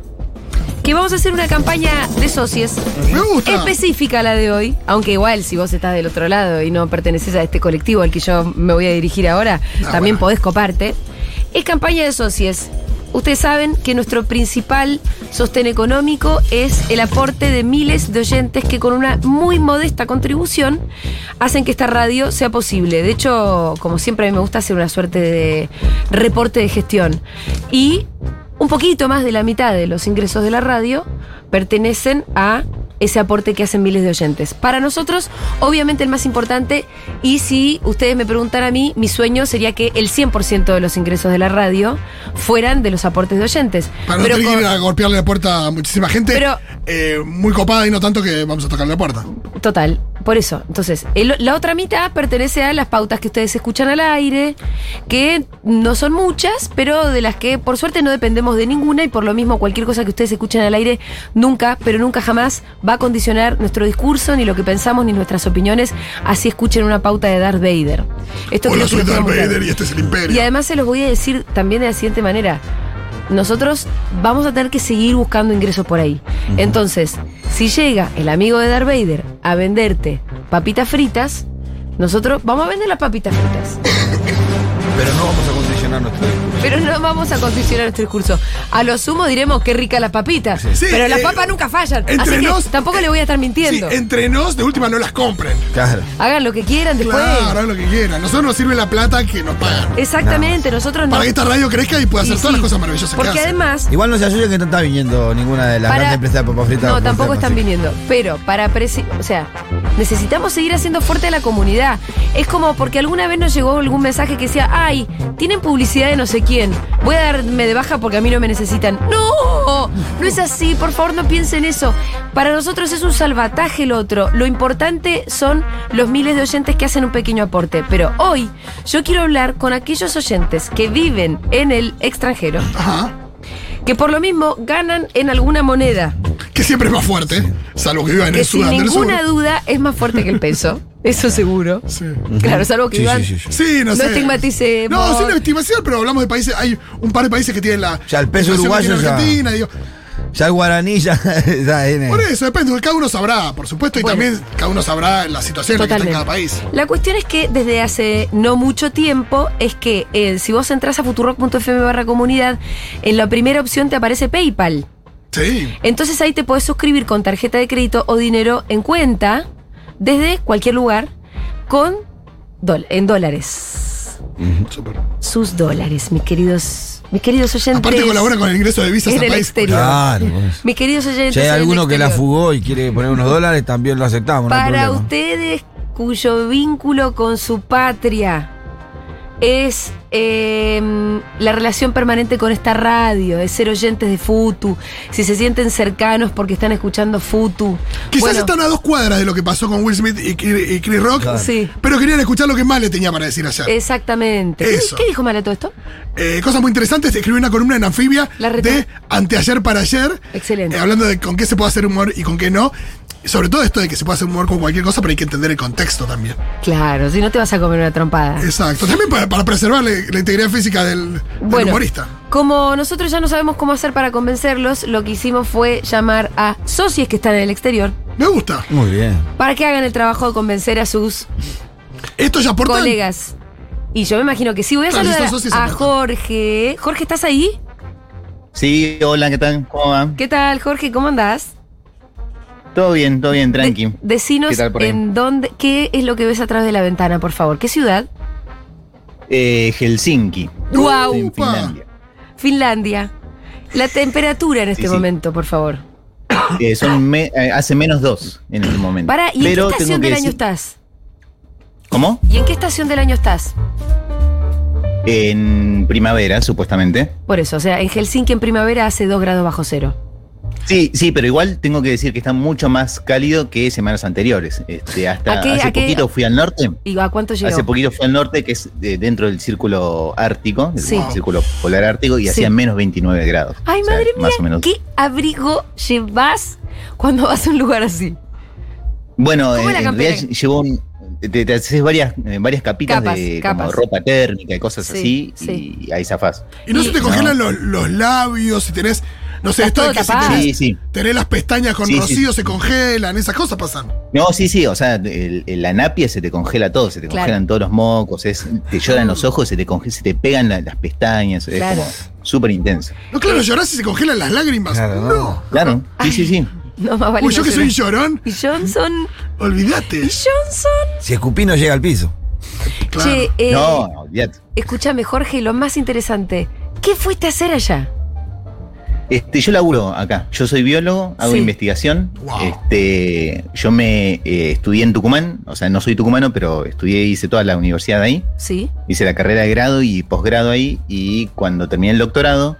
Speaker 1: Que vamos a hacer una campaña de socios
Speaker 2: Me gusta.
Speaker 1: específica la de hoy, aunque igual si vos estás del otro lado y no perteneces a este colectivo al que yo me voy a dirigir ahora,
Speaker 2: Ah,
Speaker 1: también
Speaker 2: bueno.
Speaker 1: podés coparte. Es campaña de socios. Ustedes saben que nuestro principal sostén económico es el aporte de miles de oyentes que con una muy modesta contribución hacen que esta radio sea posible. De hecho, como siempre a mí me gusta hacer una suerte de reporte de gestión. Y un poquito más de la mitad de los ingresos de la radio pertenecen a ese aporte que hacen miles de oyentes. Para nosotros, obviamente el más importante, y si ustedes me preguntan a mí, mi sueño sería que el 100% de los ingresos de la radio fueran de los aportes de oyentes.
Speaker 2: Para no
Speaker 1: Pero
Speaker 2: tener que
Speaker 1: con-
Speaker 2: ir a golpearle la puerta a muchísima gente.
Speaker 1: Pero-
Speaker 2: eh, muy copada y no tanto que vamos a tocar la puerta.
Speaker 1: Total, por eso. Entonces, el- la otra mitad pertenece a las pautas que ustedes escuchan al aire, que no son muchas, pero de las que por suerte no dependemos de ninguna y por lo mismo cualquier cosa que ustedes escuchen al aire nunca, pero nunca jamás va a condicionar nuestro discurso, ni lo que pensamos, ni nuestras opiniones, así escuchen una pauta de Darth Vader. Esto
Speaker 2: Hola,
Speaker 1: creo que
Speaker 2: soy
Speaker 1: lo
Speaker 2: Darth
Speaker 1: tengan muy claro.
Speaker 2: Vader y este es el imperio.
Speaker 1: Y además se los voy a decir también de la siguiente manera. Nosotros vamos a tener que seguir buscando ingresos por ahí. Entonces, si llega el amigo de Darth Vader a venderte papitas fritas, nosotros vamos a vender las papitas fritas.
Speaker 2: [laughs]
Speaker 3: Pero no vamos a condicionar nuestro discurso.
Speaker 1: Pero no vamos a condicionar nuestro discurso. A lo sumo diremos qué ricas las papitas.
Speaker 2: Sí,
Speaker 1: pero las
Speaker 2: eh,
Speaker 1: papas nunca fallan. Así
Speaker 2: entre
Speaker 1: que
Speaker 2: nos- eh,
Speaker 1: tampoco le voy a estar
Speaker 2: Sí,
Speaker 1: mintiendo.
Speaker 2: entre nos, de última no las compren.
Speaker 3: Claro.
Speaker 1: Hagan lo que quieran después.
Speaker 2: Claro, hagan lo que quieran. Nosotros nos sirve la plata que nos pagan.
Speaker 1: Exactamente, nosotros no.
Speaker 2: Para que esta radio crezca y pueda hacer
Speaker 1: Y
Speaker 2: todas
Speaker 1: sí,
Speaker 2: las cosas maravillosas que
Speaker 1: Porque
Speaker 2: hace.
Speaker 1: además,
Speaker 3: Igual no se ayuda que no está viniendo ninguna de las
Speaker 1: Para-
Speaker 3: grandes empresas de papas fritas.
Speaker 1: No, tampoco
Speaker 3: Así
Speaker 1: están
Speaker 3: que-
Speaker 1: viniendo. Pero para presi- o sea, necesitamos seguir haciendo fuerte a la comunidad. Es como porque alguna vez nos llegó algún mensaje que decía, ay, tienen publicidad de no sé quién. Voy a darme de baja porque a mí no me necesitan. No, no es así. Por favor, no piensen eso. Para nosotros es un salvataje el otro. Lo importante son los miles de oyentes que hacen un pequeño aporte. Pero hoy yo quiero hablar con aquellos oyentes que viven en el extranjero,
Speaker 2: Ajá.
Speaker 1: que por lo mismo ganan en alguna moneda
Speaker 2: Que siempre es más fuerte, salvo que vivan en
Speaker 1: que
Speaker 2: el
Speaker 1: sin
Speaker 2: Sudán del Sur.
Speaker 1: ninguna duda es más fuerte que
Speaker 2: [laughs]
Speaker 1: el peso. Eso seguro.
Speaker 2: Sí.
Speaker 1: Claro, salvo que
Speaker 3: Sí,
Speaker 1: Iván-
Speaker 3: sí, sí, sí.
Speaker 2: Sí, no,
Speaker 1: No
Speaker 2: sé.
Speaker 1: estigmaticemos.
Speaker 2: No, sí, no estigmación, pero hablamos de países. Hay un par de países que tienen la.
Speaker 3: O sea, el peso
Speaker 2: inflación que tiene
Speaker 3: uruguayo ya- Eh.
Speaker 2: Argentina, digo.
Speaker 3: Ya el guaraní ya, ya [laughs] en el-
Speaker 2: Por eso, depende. Cada uno sabrá, por supuesto, y
Speaker 1: Bueno.
Speaker 2: también cada uno sabrá la situación en la que está en cada
Speaker 1: Totalmente.
Speaker 2: país.
Speaker 1: La cuestión es que desde hace no mucho tiempo es que eh, si vos entras a futurock.fm barra comunidad, en la primera opción te aparece PayPal.
Speaker 2: Sí.
Speaker 1: Entonces ahí te podés suscribir con tarjeta de crédito o dinero en cuenta desde cualquier lugar con dol- en dólares.
Speaker 2: Súper.
Speaker 1: Sus dólares, mis queridos, mis queridos oyentes.
Speaker 2: Aparte colabora con el ingreso de visas
Speaker 1: en
Speaker 2: al
Speaker 1: el
Speaker 2: país.
Speaker 1: exterior.
Speaker 3: Claro. por eso.
Speaker 1: Mis queridos oyentes.
Speaker 3: Si hay
Speaker 1: en el
Speaker 3: alguno que la
Speaker 1: exterior.
Speaker 3: fugó y quiere poner unos dólares, también lo aceptamos. no hay
Speaker 1: Para
Speaker 3: problema.
Speaker 1: ustedes cuyo vínculo con su patria es eh, la relación permanente con esta radio, es ser oyentes de Futu, si se sienten cercanos porque están escuchando Futu.
Speaker 2: Quizás
Speaker 1: Bueno,
Speaker 2: están a dos cuadras de lo que pasó con Will Smith y Kir- y Chris Rock,
Speaker 3: Claro.
Speaker 1: Sí.
Speaker 2: pero querían escuchar lo que más le tenía para decir ayer.
Speaker 1: Exactamente. ¿Qué-
Speaker 2: Eso.
Speaker 1: ¿Qué dijo Mala todo esto?
Speaker 2: Eh, cosas muy interesantes, escribí una columna en Anfibia
Speaker 1: La reta-
Speaker 2: de anteayer para ayer,
Speaker 1: Excelente.
Speaker 2: eh, hablando de con qué se puede hacer humor y con qué no. sobre todo esto de que se puede hacer humor con cualquier cosa, pero hay que entender el contexto también.
Speaker 1: Claro, si no te vas a comer una trompada.
Speaker 2: Exacto. También para, para preservar la, la integridad física del, del
Speaker 1: Bueno,
Speaker 2: humorista.
Speaker 1: como nosotros ya no sabemos cómo hacer para convencerlos, lo que hicimos fue llamar a socios que están en el exterior
Speaker 2: Me gusta.
Speaker 3: Muy bien.
Speaker 1: para que hagan el trabajo de convencer a sus
Speaker 2: Esto ya aporta.
Speaker 1: colegas. Y yo me imagino que sí. Voy a
Speaker 2: Claro, si
Speaker 1: saludar
Speaker 2: son socios,
Speaker 1: a, a
Speaker 2: aportan.
Speaker 1: Jorge. Jorge, ¿estás ahí?
Speaker 4: Sí, hola, ¿qué tal? ¿Cómo va?
Speaker 1: ¿Qué tal, Jorge? ¿Cómo andás?
Speaker 4: Todo bien, todo bien, tranqui.
Speaker 1: De- decinos
Speaker 4: ¿Qué tal por ahí?
Speaker 1: en dónde, qué es lo que ves a través de la ventana, por favor. ¿Qué ciudad?
Speaker 4: Eh, Helsinki.
Speaker 1: Guau.
Speaker 4: En
Speaker 2: Upa.
Speaker 4: Finlandia.
Speaker 1: Finlandia. La temperatura en este
Speaker 4: sí.
Speaker 1: momento, por favor.
Speaker 4: Eh, son me- eh, hace menos dos en este momento.
Speaker 1: Para, ¿y en qué
Speaker 4: Pero tengo
Speaker 1: estación
Speaker 4: que
Speaker 1: del año
Speaker 4: decir-
Speaker 1: estás?
Speaker 4: ¿Cómo?
Speaker 1: ¿Y en qué estación del año estás?
Speaker 4: En primavera, supuestamente.
Speaker 1: Por eso, o sea, en Helsinki en primavera hace 2 grados bajo cero.
Speaker 4: Sí, sí, pero igual tengo que decir que está mucho más cálido que semanas anteriores. Este, hasta
Speaker 1: ¿A qué-
Speaker 4: hace
Speaker 1: a qué-
Speaker 4: poquito fui al norte.
Speaker 1: ¿Y a cuánto llegó?
Speaker 4: Hace poquito fui al norte, que es eh, dentro del círculo ártico, del
Speaker 1: Sí.
Speaker 4: círculo polar ártico, y
Speaker 1: Sí.
Speaker 4: hacía menos 29 grados.
Speaker 1: Ay,
Speaker 4: O sea,
Speaker 1: madre
Speaker 4: Más
Speaker 1: mía,
Speaker 4: o menos.
Speaker 1: ¿qué abrigo llevas cuando vas a un lugar así?
Speaker 4: Bueno,
Speaker 1: ¿Cómo
Speaker 4: en,
Speaker 1: la
Speaker 4: en
Speaker 1: campera?
Speaker 4: realidad llevó un. Te, te haces varias, eh, varias capitas
Speaker 1: Capas,
Speaker 4: de
Speaker 1: capas.
Speaker 4: Como ropa térmica y cosas
Speaker 1: Sí,
Speaker 4: así,
Speaker 1: sí.
Speaker 4: y ahí zafás.
Speaker 2: Y no se te
Speaker 4: No.
Speaker 2: congelan los, los labios si tenés. No sé,
Speaker 1: Estás
Speaker 2: esto de
Speaker 1: todo
Speaker 2: que si
Speaker 1: tapado.
Speaker 2: tenés,
Speaker 4: Sí, sí.
Speaker 2: tenés las pestañas con
Speaker 4: Sí, sí.
Speaker 2: rocío se congelan, esas cosas pasan.
Speaker 4: No, sí, sí, o sea, el- el- la napia se te congela todo, se te
Speaker 1: Claro. Ah.
Speaker 4: congelan todos los mocos, es, te lloran los ojos, se te, conge- se te pegan la- las pestañas, es
Speaker 1: Claro.
Speaker 4: como súper intenso.
Speaker 2: No, claro, llorás y se congelan las lágrimas.
Speaker 3: Claro,
Speaker 2: no.
Speaker 3: no.
Speaker 4: Claro, sí, sí, sí.
Speaker 1: No, más vale
Speaker 2: Uy, yo
Speaker 1: no
Speaker 2: que soy un
Speaker 1: llorar.
Speaker 2: llorón,
Speaker 1: Y Johnson. Y
Speaker 2: olvídate.
Speaker 1: Johnson.
Speaker 3: Si escupí no llega al piso.
Speaker 2: Claro.
Speaker 1: Che, eh,
Speaker 4: No, olvídate.
Speaker 1: escúchame, Jorge, lo más interesante. ¿Qué fuiste a hacer allá?
Speaker 4: Este, yo laburo acá. Yo soy biólogo, hago
Speaker 1: Sí.
Speaker 4: investigación.
Speaker 2: Wow.
Speaker 4: Este, yo me eh, estudié en Tucumán, o sea, no soy tucumano, pero estudié, hice toda la universidad ahí.
Speaker 1: Sí.
Speaker 4: Hice la carrera de grado y posgrado ahí. Y cuando terminé el doctorado,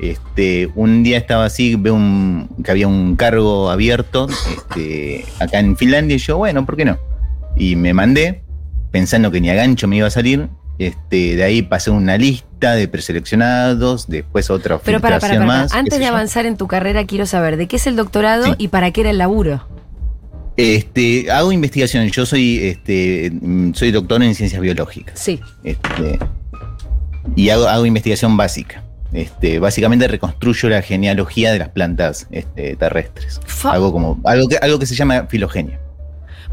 Speaker 4: este, un día estaba así, veo un, que había un cargo abierto este, acá en Finlandia. Y yo, bueno, ¿por qué no? Y me mandé, pensando que ni a gancho me iba a salir. Este, de ahí pasé una lista de preseleccionados, después otra
Speaker 1: Pero para, para,
Speaker 4: filtración
Speaker 1: para, para.
Speaker 4: más, qué
Speaker 1: Antes
Speaker 4: sé
Speaker 1: de
Speaker 4: yo.
Speaker 1: avanzar en tu carrera, quiero saber de qué es el doctorado
Speaker 4: Sí.
Speaker 1: y para qué era el laburo.
Speaker 4: Este, hago investigación. Yo soy, este, mm, soy doctor en ciencias biológicas.
Speaker 1: Sí.
Speaker 4: Este, y hago, hago investigación básica. Este, básicamente reconstruyo la genealogía de las plantas este, terrestres.
Speaker 1: Fa-
Speaker 4: Algo como algo que, algo que se llama filogenia.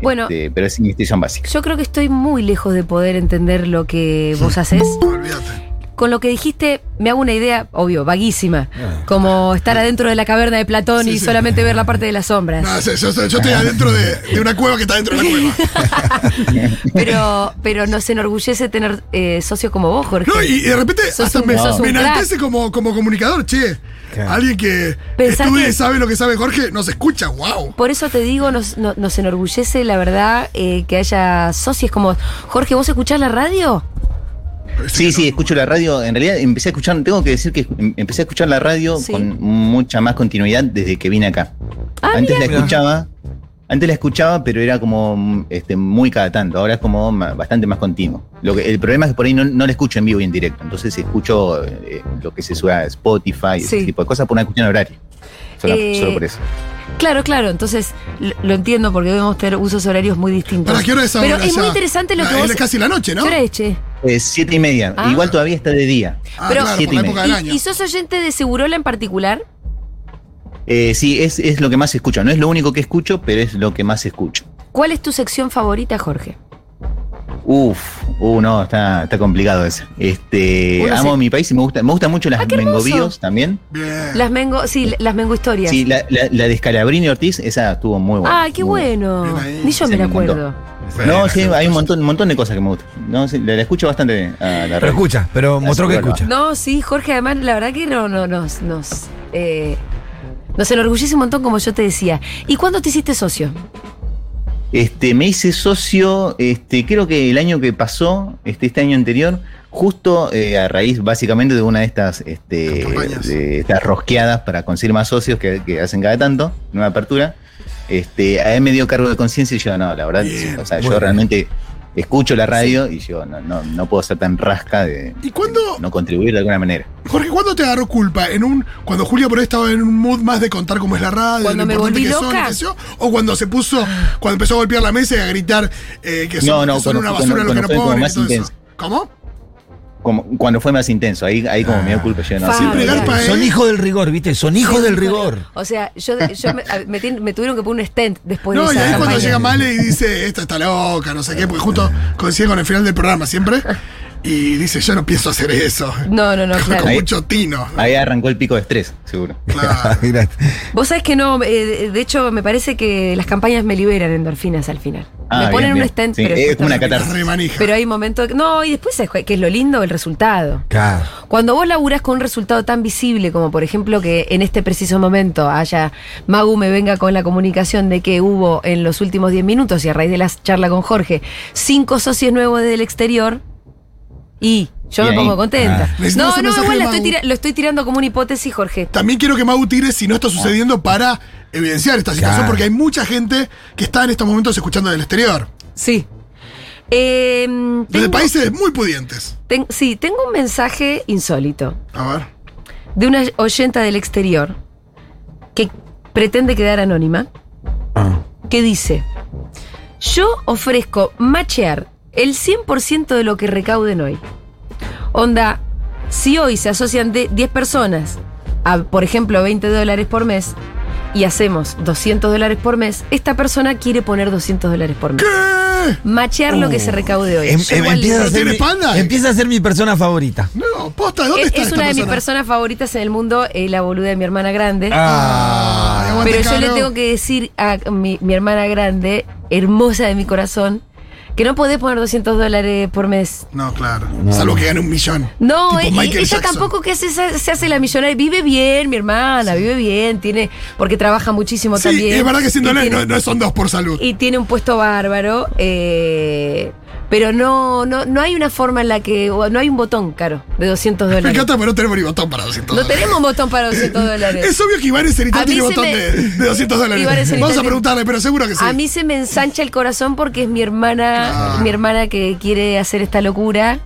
Speaker 1: Bueno.
Speaker 4: Este, pero es investigación básica.
Speaker 1: Yo creo que estoy muy lejos de poder entender lo que vos haces.
Speaker 2: Olvídate.
Speaker 1: Con lo que dijiste, me hago una idea, obvio, vaguísima.
Speaker 3: Ah.
Speaker 1: Como estar adentro de la caverna de Platón
Speaker 2: Sí,
Speaker 1: y
Speaker 2: sí.
Speaker 1: solamente ver la parte de las sombras.
Speaker 4: [laughs]
Speaker 2: No, yo, yo- yo estoy adentro de, de una cueva que está dentro de la cueva.
Speaker 1: Pero, pero nos enorgullece tener eh, socios como vos, Jorge.
Speaker 2: No, y de repente
Speaker 1: Sos
Speaker 2: hasta
Speaker 1: un-
Speaker 2: me,
Speaker 1: sos
Speaker 2: me
Speaker 1: un crack.
Speaker 2: enaltece como, como comunicador, che.
Speaker 3: Claro.
Speaker 2: Alguien que
Speaker 1: Pensá
Speaker 2: estudia
Speaker 1: que-
Speaker 2: y sabe lo que sabe Jorge, nos escucha, wow.
Speaker 1: Por eso te digo, nos, no- nos enorgullece, la verdad, eh, que haya socios como. Jorge, ¿vos escuchás la radio?
Speaker 4: Sí, sí, escucho la radio. En realidad empecé a escuchar, tengo que decir que em- empecé a escuchar la radio
Speaker 1: Sí.
Speaker 4: con mucha más continuidad desde que vine acá.
Speaker 1: Ah,
Speaker 4: antes la
Speaker 3: Mirá.
Speaker 4: escuchaba, antes la escuchaba, pero era como mm, este, muy cada tanto. Ahora es como ma- bastante más continuo. Lo que, el problema es que por ahí no, no la escucho en vivo y en directo. Entonces escucho eh, lo que se sube a Spotify,
Speaker 1: Sí.
Speaker 4: ese tipo de cosas, por una cuestión horaria. Solo,
Speaker 1: Eh,
Speaker 4: solo por eso.
Speaker 1: Claro, claro. Entonces, lo, lo entiendo porque debemos tener usos horarios muy distintos.
Speaker 2: ¿Para qué hora es ahora?
Speaker 1: Pero es
Speaker 2: ya?
Speaker 1: muy interesante lo
Speaker 2: La-
Speaker 1: que vos.
Speaker 2: Es casi la noche, ¿no?
Speaker 1: ¿Qué hora es, che?
Speaker 4: Eh, siete y media.
Speaker 1: Ah.
Speaker 4: Igual todavía está de día.
Speaker 2: Ah,
Speaker 1: Pero-
Speaker 2: claro, por
Speaker 4: Siete
Speaker 2: la
Speaker 4: y
Speaker 2: época del
Speaker 1: ¿Y,
Speaker 2: año.
Speaker 1: y sos oyente de Segurola en particular?
Speaker 4: Eh, sí, es, es lo que más escucho. No es lo único que escucho, pero es lo que más escucho.
Speaker 1: ¿Cuál es tu sección favorita, Jorge?
Speaker 4: Uf, uh, no, está, está complicado eso. Este,
Speaker 1: Bueno,
Speaker 4: amo
Speaker 1: sí.
Speaker 4: mi país y me gusta, me gustan mucho las
Speaker 1: Ah, qué hermoso.
Speaker 4: mengovíos también.
Speaker 2: Bien.
Speaker 1: Las Mengo, sí, las Mengo Historias.
Speaker 4: Sí, la, la- la de Scalabrini Ortiz, esa estuvo muy buena.
Speaker 1: ah, qué
Speaker 4: muy
Speaker 1: bueno.
Speaker 2: Bien ahí.
Speaker 1: Ni yo
Speaker 4: Se
Speaker 1: me la
Speaker 4: me encantó.
Speaker 1: acuerdo.
Speaker 4: buena. No, sí, hay un montón, un montón de cosas que me gustan. No, sí, la, la escucho bastante a la
Speaker 3: Pero
Speaker 4: radio.
Speaker 3: escucha, pero mostró que
Speaker 4: bueno.
Speaker 3: escucha.
Speaker 1: No, sí, Jorge, además, la verdad que no, no, nos, nos, eh, nos enorgullece un montón, como yo te decía. ¿Y cuándo te hiciste socio?
Speaker 4: Este, me hice socio, este, creo que el año que pasó, este, este año anterior, justo eh, a raíz básicamente de una de estas, este,
Speaker 2: Campañas.
Speaker 4: de estas rosqueadas para conseguir más socios que, que hacen cada tanto, nueva apertura. Este, a él me dio cargo de conciencia y yo, no, la verdad,
Speaker 2: Bien,
Speaker 4: o sea,
Speaker 3: muy bien.
Speaker 4: yo realmente escucho la radio y yo no, no, no puedo ser tan rasca de
Speaker 2: ¿Y cuándo,
Speaker 4: no contribuir de alguna manera.
Speaker 2: Jorge, cuándo te agarró culpa? ¿En un, cuando Julia por ahí estaba en un mood más de contar cómo es la radio,
Speaker 1: Cuando
Speaker 2: de lo
Speaker 1: me
Speaker 2: importante
Speaker 1: volví
Speaker 2: que son,
Speaker 1: loca.
Speaker 2: qué sé yo? ¿O cuando se puso, cuando empezó a golpear la mesa y a gritar eh, que son,
Speaker 4: No, no,
Speaker 2: que son
Speaker 4: cuando-
Speaker 2: una
Speaker 4: cuando-
Speaker 2: basura los que
Speaker 4: cuando
Speaker 2: no
Speaker 4: fue como
Speaker 2: ponen? y
Speaker 4: más
Speaker 2: todo eso?
Speaker 4: intenso.
Speaker 2: ¿Cómo?
Speaker 4: Como, cuando fue más intenso, ahí, ahí como me dio culpa yo no.
Speaker 1: Fa-
Speaker 4: sí,
Speaker 2: Siempre
Speaker 4: no, no,
Speaker 2: garpa, eh.
Speaker 3: Son hijos del rigor, ¿viste? Son hijos del rigor. [laughs]
Speaker 1: O sea, yo, yo me, a- me tien- me tuvieron que poner un stent después
Speaker 2: No,
Speaker 1: de
Speaker 2: y
Speaker 1: esa
Speaker 2: ahí cuando
Speaker 1: campaña.
Speaker 2: llega Male y dice, esta está loca, no sé qué, porque justo coincide con el final del programa siempre. Y dice, yo no pienso hacer eso.
Speaker 1: No, no, no, claro.
Speaker 2: Como un chotino.
Speaker 4: Ahí arrancó el pico de estrés, seguro.
Speaker 3: [laughs] Ah,
Speaker 2: Claro.
Speaker 1: Vos sabés que no, eh, de hecho me parece que las campañas me liberan endorfinas al final. me
Speaker 4: Ah,
Speaker 1: ponen
Speaker 4: bien,
Speaker 1: un
Speaker 4: bien.
Speaker 1: stent,
Speaker 4: Sí,
Speaker 1: pero,
Speaker 4: es como una
Speaker 1: después-
Speaker 4: catarsis.
Speaker 2: Re manija.
Speaker 1: pero hay momentos... No, y después es que es lo lindo, el resultado.
Speaker 3: Claro.
Speaker 1: Cuando vos laburás con un resultado tan visible como por ejemplo que en este preciso momento haya Magu me venga con la comunicación de que hubo en los últimos 10 minutos y a raíz de la charla con Jorge cinco socios nuevos del exterior y yo
Speaker 4: Y
Speaker 1: me
Speaker 4: ahí-
Speaker 1: pongo contenta.
Speaker 2: Ah. Necesitamos
Speaker 1: No,
Speaker 2: un
Speaker 1: no,
Speaker 2: mensaje
Speaker 1: igual
Speaker 2: de
Speaker 1: la estoy
Speaker 2: Magu.
Speaker 1: tira- lo estoy tirando como una hipótesis, Jorge.
Speaker 2: También quiero que Mau tire si no está sucediendo para evidenciar esta situación,
Speaker 3: Claro.
Speaker 2: porque hay mucha gente que está en estos momentos escuchando del exterior.
Speaker 1: Sí. Eh,
Speaker 2: Desde
Speaker 1: tengo-
Speaker 2: países muy pudientes.
Speaker 1: ten- sí, tengo un mensaje insólito
Speaker 2: A ver.
Speaker 1: de una oyenta del exterior que pretende quedar anónima.
Speaker 2: Ah.
Speaker 1: que dice, yo ofrezco machear el 100% de lo que recauden hoy. Onda, si hoy se asocian de 10 personas a, por ejemplo, 20 dólares por mes y hacemos 200 dólares por mes, esta persona quiere poner 200 dólares por mes.
Speaker 2: ¿Qué?
Speaker 1: Machear lo que
Speaker 2: Oh.
Speaker 1: se recaude hoy.
Speaker 3: Em-
Speaker 1: Yo
Speaker 3: em-
Speaker 1: igual-
Speaker 3: empieza, a
Speaker 2: ¿No
Speaker 3: ser
Speaker 2: tiene
Speaker 3: mi,
Speaker 2: espalda?
Speaker 3: empieza a ser mi persona favorita.
Speaker 2: No, posta, ¿dónde
Speaker 1: es,
Speaker 2: está
Speaker 1: es
Speaker 2: esta
Speaker 1: una de mis
Speaker 2: persona?
Speaker 1: personas favoritas en el mundo, eh, la boluda de mi hermana grande.
Speaker 2: Ay,
Speaker 3: Ah,
Speaker 2: aguante,
Speaker 1: Pero yo le
Speaker 2: Caro.
Speaker 1: tengo que decir a mi, mi hermana grande, hermosa de mi corazón, que no podés poner 200 dólares por mes.
Speaker 2: No, claro. Salvo que gane un millón.
Speaker 1: No,
Speaker 2: Tipo
Speaker 1: eh,
Speaker 2: Michael
Speaker 1: ella
Speaker 2: Jackson.
Speaker 1: tampoco que se, se hace la millonaria. Vive bien, mi hermana, vive bien, tiene porque trabaja muchísimo
Speaker 2: Sí,
Speaker 1: también.
Speaker 2: es verdad que
Speaker 1: Y
Speaker 2: siendo ley
Speaker 1: tiene-
Speaker 2: no, no son dos por salud.
Speaker 1: y tiene un puesto bárbaro, eh, pero no, no, no hay una forma en la que, o no hay un botón, caro, de 200
Speaker 2: Me
Speaker 1: dólares.
Speaker 2: encanta, pero no tenemos ni botón para 200
Speaker 1: No
Speaker 2: dólares.
Speaker 1: tenemos un botón para
Speaker 2: [laughs]
Speaker 1: 200 dólares.
Speaker 2: Es obvio que Iván
Speaker 1: A
Speaker 2: Esenitán
Speaker 1: mí
Speaker 2: tiene
Speaker 1: se
Speaker 2: botón
Speaker 1: me-
Speaker 2: de, de 200
Speaker 1: Iván
Speaker 2: dólares.
Speaker 1: Esenitán
Speaker 2: Vamos a
Speaker 1: tiene-
Speaker 2: preguntarle, pero seguro que sí.
Speaker 1: A mí se me ensancha el corazón porque es mi hermana,
Speaker 3: Ah.
Speaker 2: Claro.
Speaker 1: mi hermana que quiere hacer esta locura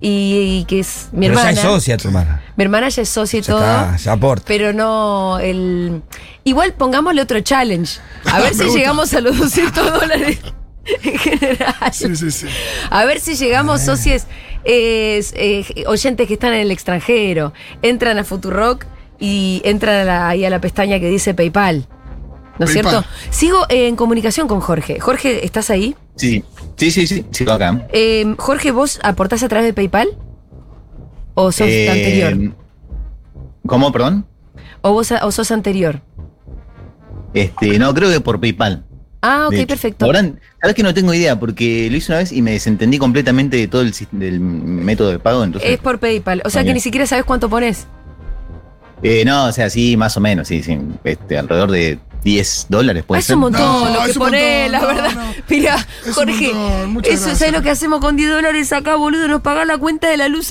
Speaker 1: y, y que es mi
Speaker 3: pero ya
Speaker 1: hermana.
Speaker 3: es socia tu hermana.
Speaker 1: Mi hermana ya es socia y
Speaker 3: Ya
Speaker 1: todo.
Speaker 3: está, ya aporta.
Speaker 1: Pero no, el. Igual pongámosle otro challenge.
Speaker 3: [laughs]
Speaker 1: A ver
Speaker 2: Me
Speaker 1: si
Speaker 2: gusta.
Speaker 1: llegamos a los 200 dólares en general.
Speaker 2: Sí, sí, sí.
Speaker 1: A ver si llegamos, socios, eh, eh, oyentes que están en el extranjero. Entran a Futurock y entran a la, ahí a la pestaña que dice PayPal. ¿No es
Speaker 2: PayPal.
Speaker 1: cierto? Sigo eh, en comunicación con Jorge. Jorge, ¿estás ahí?
Speaker 4: Sí, sí, sí, sí, sigo acá.
Speaker 1: Eh, Jorge, ¿vos aportás a través de PayPal? ¿O sos
Speaker 2: Em,
Speaker 4: Eh,
Speaker 1: anterior?
Speaker 4: ¿Cómo, perdón?
Speaker 1: ¿O, vos, o sos anterior?
Speaker 4: Este, no, creo que por PayPal.
Speaker 1: Ah, ok,
Speaker 4: de hecho.
Speaker 1: perfecto.
Speaker 4: La verdad, la verdad es que no tengo idea, porque lo hice una vez y me desentendí completamente de todo el sis- del método de pago, entonces.
Speaker 1: Es por PayPal. O sea
Speaker 4: Está
Speaker 1: que
Speaker 4: bien.
Speaker 1: ni siquiera sabes cuánto [laughs] pones.
Speaker 4: Eh, no, o sea, sí, más o menos, sí, sí. Este, alrededor de 10 dólares puede
Speaker 1: es
Speaker 4: ser.
Speaker 1: un montón
Speaker 2: No,
Speaker 1: lo que
Speaker 2: es un
Speaker 1: pones,
Speaker 2: montón,
Speaker 1: la
Speaker 2: no,
Speaker 1: verdad.
Speaker 2: no.
Speaker 1: Mira,
Speaker 2: un
Speaker 1: Jorge,
Speaker 2: montón, muchas
Speaker 1: eso es
Speaker 2: gracias.
Speaker 1: lo que hacemos con 10 dólares acá, boludo. Nos paga la cuenta de la luz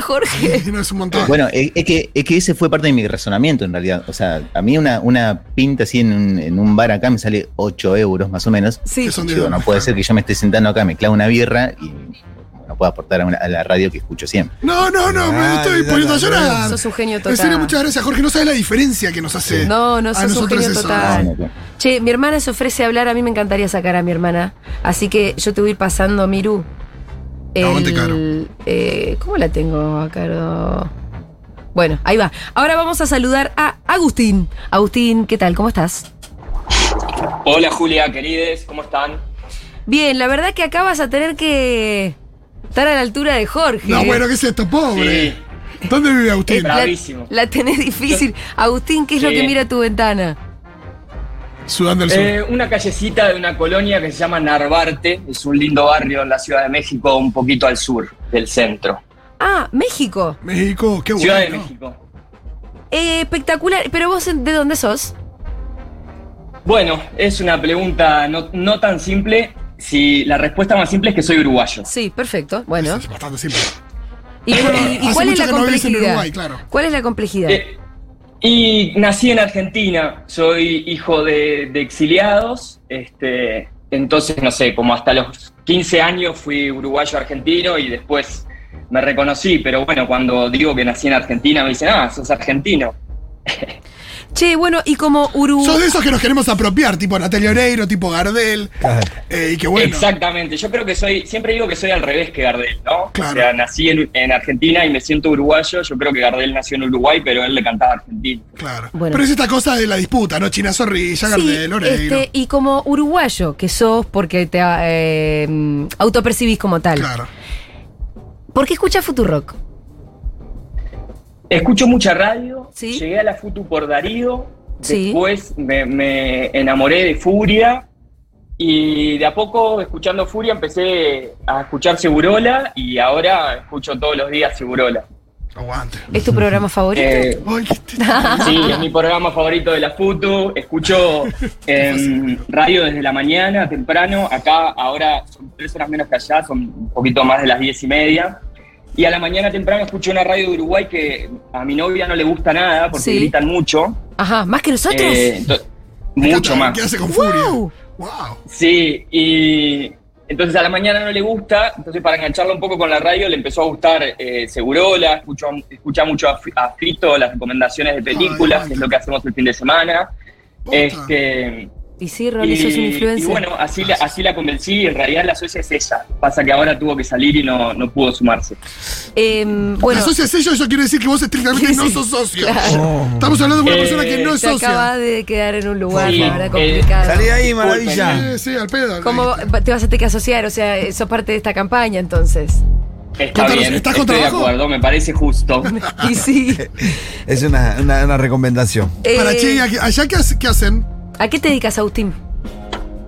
Speaker 2: [laughs]
Speaker 1: Jorge.
Speaker 2: No es un montón.
Speaker 4: Bueno, es, es que, es que ese fue parte de mi razonamiento en realidad. O sea, a mí una, una pinta así en un, en un bar acá me sale 8 euros más o menos.
Speaker 1: Sí.
Speaker 2: Que son
Speaker 4: Digo, no puede ser que yo me esté sentando acá, me clavo una birra y no pueda aportar a, una- a la radio que escucho siempre.
Speaker 2: No, no, no, me
Speaker 3: Ah,
Speaker 2: estoy
Speaker 3: mira,
Speaker 2: poniendo a
Speaker 3: la
Speaker 2: llorar.
Speaker 1: Sos un genio
Speaker 2: En serio,
Speaker 1: total.
Speaker 2: muchas gracias, Jorge. No sabes la diferencia que nos hace.
Speaker 1: No, no,
Speaker 2: a
Speaker 1: sos un
Speaker 2: nosotros
Speaker 1: genio
Speaker 2: eso.
Speaker 1: total. Ah.
Speaker 4: No, no, no.
Speaker 1: Che, mi hermana se ofrece a hablar, a mí me encantaría sacar a mi hermana. Así que yo te voy a ir pasando, Miru.
Speaker 2: Aguante, Caro.
Speaker 1: eh, ¿Cómo la tengo, Caro? Bueno, ahí va. Ahora vamos a saludar a Agustín. Agustín, ¿qué tal? ¿Cómo estás?
Speaker 5: Hola Julia, querides, ¿cómo están?
Speaker 1: Bien, la verdad que acá vas a tener que estar a la altura de Jorge.
Speaker 2: No,
Speaker 1: ¿eh?
Speaker 2: bueno, ¿qué es esto? Pobre.
Speaker 5: Sí, Eh,
Speaker 2: ¿Dónde vive Agustín?
Speaker 1: la,
Speaker 5: bravísimo.
Speaker 1: la tenés difícil. Agustín, ¿qué es lo
Speaker 5: Sí.
Speaker 1: que mira tu ventana?
Speaker 2: Sudando el sur.
Speaker 5: Eh, una callecita de una colonia que se llama Narvarte, es un lindo barrio en la Ciudad de México, un poquito al sur del centro.
Speaker 1: Ah, México.
Speaker 2: México, qué bueno.
Speaker 5: Ciudad de México.
Speaker 1: Eh, espectacular. Pero vos, ¿de dónde sos?
Speaker 5: Bueno, es una pregunta no, no tan simple, si la respuesta más simple es que soy uruguayo.
Speaker 1: Sí, perfecto. Bueno.
Speaker 2: Es bastante simple.
Speaker 1: ¿Y, y- y
Speaker 2: Hace
Speaker 1: cuál es
Speaker 2: mucho
Speaker 1: la
Speaker 2: que no vives en
Speaker 1: complejidad?
Speaker 2: Uruguay, claro.
Speaker 1: ¿Cuál es la complejidad?
Speaker 5: Eh, y nací en Argentina, soy hijo de, de exiliados, este, Entonces, no sé, como hasta los 15 años fui uruguayo-argentino y después me reconocí, pero bueno, cuando digo que nací en Argentina me dicen, ah, sos argentino.
Speaker 1: Che, bueno, y como Uruguay.
Speaker 2: Sos de esos que nos queremos apropiar, tipo Natalia Oreiro, tipo Gardel. eh, y que bueno.
Speaker 5: Exactamente, yo creo que soy, siempre digo que soy al revés que Gardel, ¿no?
Speaker 2: Claro.
Speaker 5: O sea, nací en, en Argentina y me siento uruguayo, yo creo que Gardel nació en Uruguay, pero él le cantaba argentino.
Speaker 2: Claro.
Speaker 1: Bueno.
Speaker 2: Pero es esta cosa de la disputa, ¿no? China Zorrilla,
Speaker 1: Sí,
Speaker 2: Gardel, Oreiro.
Speaker 1: este, y como uruguayo que sos porque te eh, autopercibís como tal.
Speaker 2: Claro.
Speaker 1: ¿Por qué escuchas Futurock?
Speaker 5: Escucho mucha radio,
Speaker 1: Sí.
Speaker 5: llegué a la Futu por Darío,
Speaker 1: Sí.
Speaker 5: después me, me enamoré de Furia y de a poco escuchando Furia empecé a escuchar Segurola y ahora escucho todos los días Segurola.
Speaker 2: Aguante.
Speaker 1: ¿Es tu programa
Speaker 5: [laughs]
Speaker 1: favorito?
Speaker 5: Eh,
Speaker 2: Ay, qué t-
Speaker 5: Sí, es mi programa favorito de la Futu. Escucho em, radio desde la mañana, temprano. Acá ahora son tres horas menos que allá, son un poquito más de las diez y media. Y a la mañana temprano escucho una radio de Uruguay que a mi novia no le gusta nada porque
Speaker 1: Sí.
Speaker 5: gritan mucho.
Speaker 1: Ajá, más que nosotros.
Speaker 5: Eh, ento- mucho más.
Speaker 2: ¿Qué hace con furia?
Speaker 1: ¡Wow!
Speaker 2: Wow.
Speaker 5: Sí, y entonces a la mañana no le gusta, entonces para engancharlo un poco con la radio le empezó a gustar eh, Segurola, escuchó, escucha mucho a, Fi- a Fito las recomendaciones de películas,
Speaker 2: Ay,
Speaker 5: que es lo que hacemos el fin de semana.
Speaker 2: Posta.
Speaker 5: Este,
Speaker 1: Y sí, Rolly, sos un
Speaker 5: y, y
Speaker 1: influencer.
Speaker 5: bueno, así la, así la convencí, en realidad la socia es ella, pasa que ahora tuvo que salir y no, no pudo sumarse.
Speaker 1: Eh, bueno,
Speaker 2: la socia es ello, eso quiere decir que vos estrictamente
Speaker 1: Sí,
Speaker 2: no
Speaker 1: sí.
Speaker 2: sos socio.
Speaker 1: Claro.
Speaker 2: Estamos hablando de una
Speaker 5: Eh,
Speaker 2: persona que no es
Speaker 1: te
Speaker 2: socia.
Speaker 1: acabas de quedar en un lugar,
Speaker 5: Sí,
Speaker 1: la verdad,
Speaker 5: eh,
Speaker 1: complicado.
Speaker 3: Salí de ahí,
Speaker 5: Disculpen,
Speaker 3: maravilla.
Speaker 2: Sí, Eh, sí, al pedo.
Speaker 1: ¿Cómo
Speaker 2: Ahí
Speaker 1: va-
Speaker 2: está.
Speaker 1: te vas a tener que asociar? O sea, eh, sos parte de esta campaña, entonces. [laughs]
Speaker 5: Está
Speaker 2: Contanos,
Speaker 5: bien,
Speaker 2: ¿estás con
Speaker 5: estoy de
Speaker 2: trabajo?
Speaker 5: acuerdo, me
Speaker 1: [laughs]
Speaker 5: parece justo.
Speaker 1: Y
Speaker 5: [laughs]
Speaker 1: sí.
Speaker 3: Es una, una, una recomendación.
Speaker 1: Eh,
Speaker 2: Para Che, ¿y a- allá qué, hace- qué hacen?
Speaker 1: ¿A qué te dedicas, Agustín?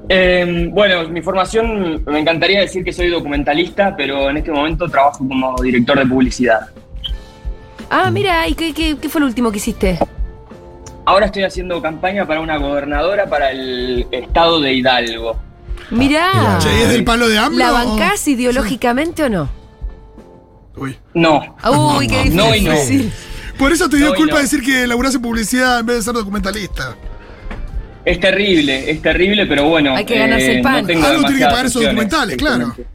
Speaker 5: Eh, bueno, mi formación, me encantaría decir que soy documentalista, pero en este momento trabajo como director de publicidad.
Speaker 1: Ah,
Speaker 5: Mm.
Speaker 1: mira, ¿y qué, qué- qué fue lo último que hiciste?
Speaker 5: Ahora estoy haciendo campaña para una gobernadora para el estado de Hidalgo. Ah,
Speaker 1: Mirá.
Speaker 2: Che, ¿es del palo de AMLO?
Speaker 1: ¿La
Speaker 2: o-
Speaker 1: bancás ideológicamente o no?
Speaker 2: Uy.
Speaker 5: No,
Speaker 1: Uy, qué difícil.
Speaker 5: No y no.
Speaker 2: Por eso te dio
Speaker 5: No, y
Speaker 2: culpa
Speaker 5: no.
Speaker 2: decir que laburás en publicidad en vez de ser documentalista.
Speaker 5: es terrible, es terrible, pero bueno. eh,
Speaker 1: Hay que ganarse el pan.
Speaker 5: No tengo
Speaker 2: Algo tiene que
Speaker 5: demasiadas
Speaker 2: pagar esos
Speaker 5: opciones, Este,
Speaker 2: documentales, claro.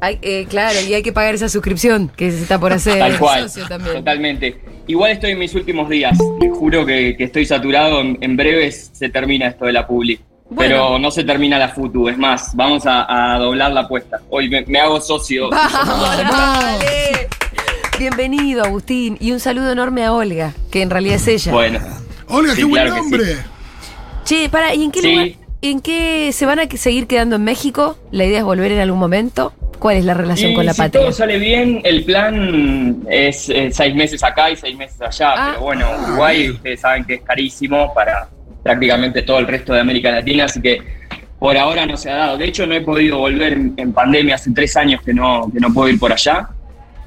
Speaker 1: Hay- eh, claro, y hay que pagar esa suscripción que se está por hacer
Speaker 5: Tal cual,
Speaker 1: Eh, socio también.
Speaker 5: totalmente. Igual estoy en mis últimos días, te juro que, que estoy saturado, en, en breves se termina esto de la publi.
Speaker 1: Bueno.
Speaker 5: Pero no se termina la futu, es más, vamos a, a doblar la apuesta. Hoy me, me hago socio.
Speaker 1: ¡Vamos,
Speaker 2: Vamos.
Speaker 1: dale! Ah, Bienvenido, Agustín. Y un saludo enorme a Olga, que en realidad es ella.
Speaker 5: Bueno,
Speaker 2: Olga,
Speaker 5: Sí,
Speaker 2: qué buen
Speaker 5: claro que
Speaker 2: nombre.
Speaker 1: Che, para, ¿y en qué
Speaker 5: Sí.
Speaker 1: lugar? ¿En qué se van a que- seguir quedando en México? ¿La idea es volver en algún momento? ¿Cuál es la relación
Speaker 5: y
Speaker 1: con la
Speaker 5: si
Speaker 1: patria?
Speaker 5: todo sale bien, el plan es, eh, seis meses acá y seis meses allá.
Speaker 1: Ah.
Speaker 5: Pero bueno, Uruguay, ustedes saben que es carísimo para prácticamente todo el resto de América Latina, así que por ahora no se ha dado. De hecho, no he podido volver en, en pandemia, hace tres años que no, que no puedo ir por allá.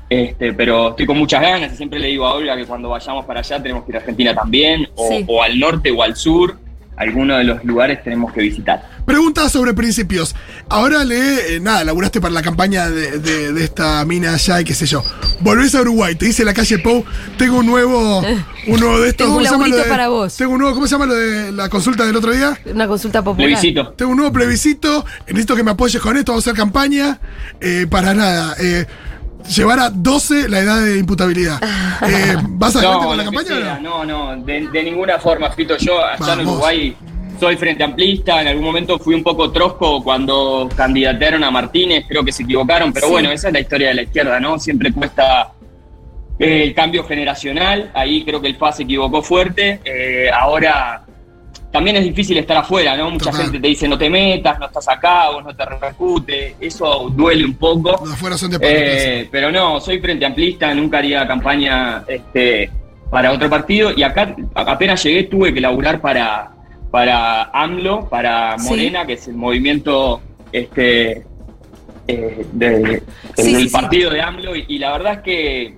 Speaker 5: Este, pero estoy con muchas ganas y siempre le digo a Olga que cuando vayamos para allá tenemos que ir a Argentina también, o,
Speaker 1: Sí.
Speaker 5: o al norte o al sur, alguno de los lugares tenemos que visitar.
Speaker 2: Pregunta sobre principios. Ahora le, eh, nada, laburaste para la campaña de, de- de esta mina allá y qué sé yo. Volvés a Uruguay, te dice la calle Pou, tengo un
Speaker 1: [laughs]
Speaker 2: nuevo, un nuevo de estos.
Speaker 1: Tengo
Speaker 2: ¿cómo
Speaker 1: un
Speaker 2: se llama lo
Speaker 1: laburito
Speaker 2: de-
Speaker 1: para vos.
Speaker 2: Tengo un nuevo, ¿cómo se llama lo de la consulta del otro día?
Speaker 1: Una consulta
Speaker 5: Le
Speaker 1: popular.
Speaker 5: visito.
Speaker 2: Tengo un nuevo plebiscito, necesito que me apoyes con esto, vamos a hacer campaña. Eh, para nada. eh, llevar a 12 la edad de
Speaker 1: [laughs]
Speaker 2: imputabilidad. Eh, ¿Vas adelante con la
Speaker 5: lo que
Speaker 2: campaña
Speaker 5: sea,
Speaker 2: o no?
Speaker 5: no? No, de, de ninguna forma, Fito. Yo allá en
Speaker 2: Vamos.
Speaker 5: Uruguay soy frente amplista, en algún momento fui un poco trosco cuando candidatearon a Martínez, creo que se equivocaron, pero
Speaker 1: Sí.
Speaker 5: bueno, esa es la historia de la izquierda, ¿no? Siempre cuesta eh, el cambio generacional, ahí creo que el FA se equivocó fuerte, eh, ahora... También es difícil estar afuera, ¿no? Mucha
Speaker 2: Total.
Speaker 5: gente te dice no te metas, no estás acá, vos no te repercute. Eso duele un poco.
Speaker 2: Los de afuera son de palo.
Speaker 5: Eh, pero no, soy frente amplista, nunca haría campaña este, para otro partido y acá a- apenas llegué tuve que laburar para, para AMLO, para
Speaker 1: Sí.
Speaker 5: Morena, que es el movimiento este, eh, de-
Speaker 1: Sí,
Speaker 5: del
Speaker 1: sí, sí.
Speaker 5: partido de AMLO y, y la verdad es que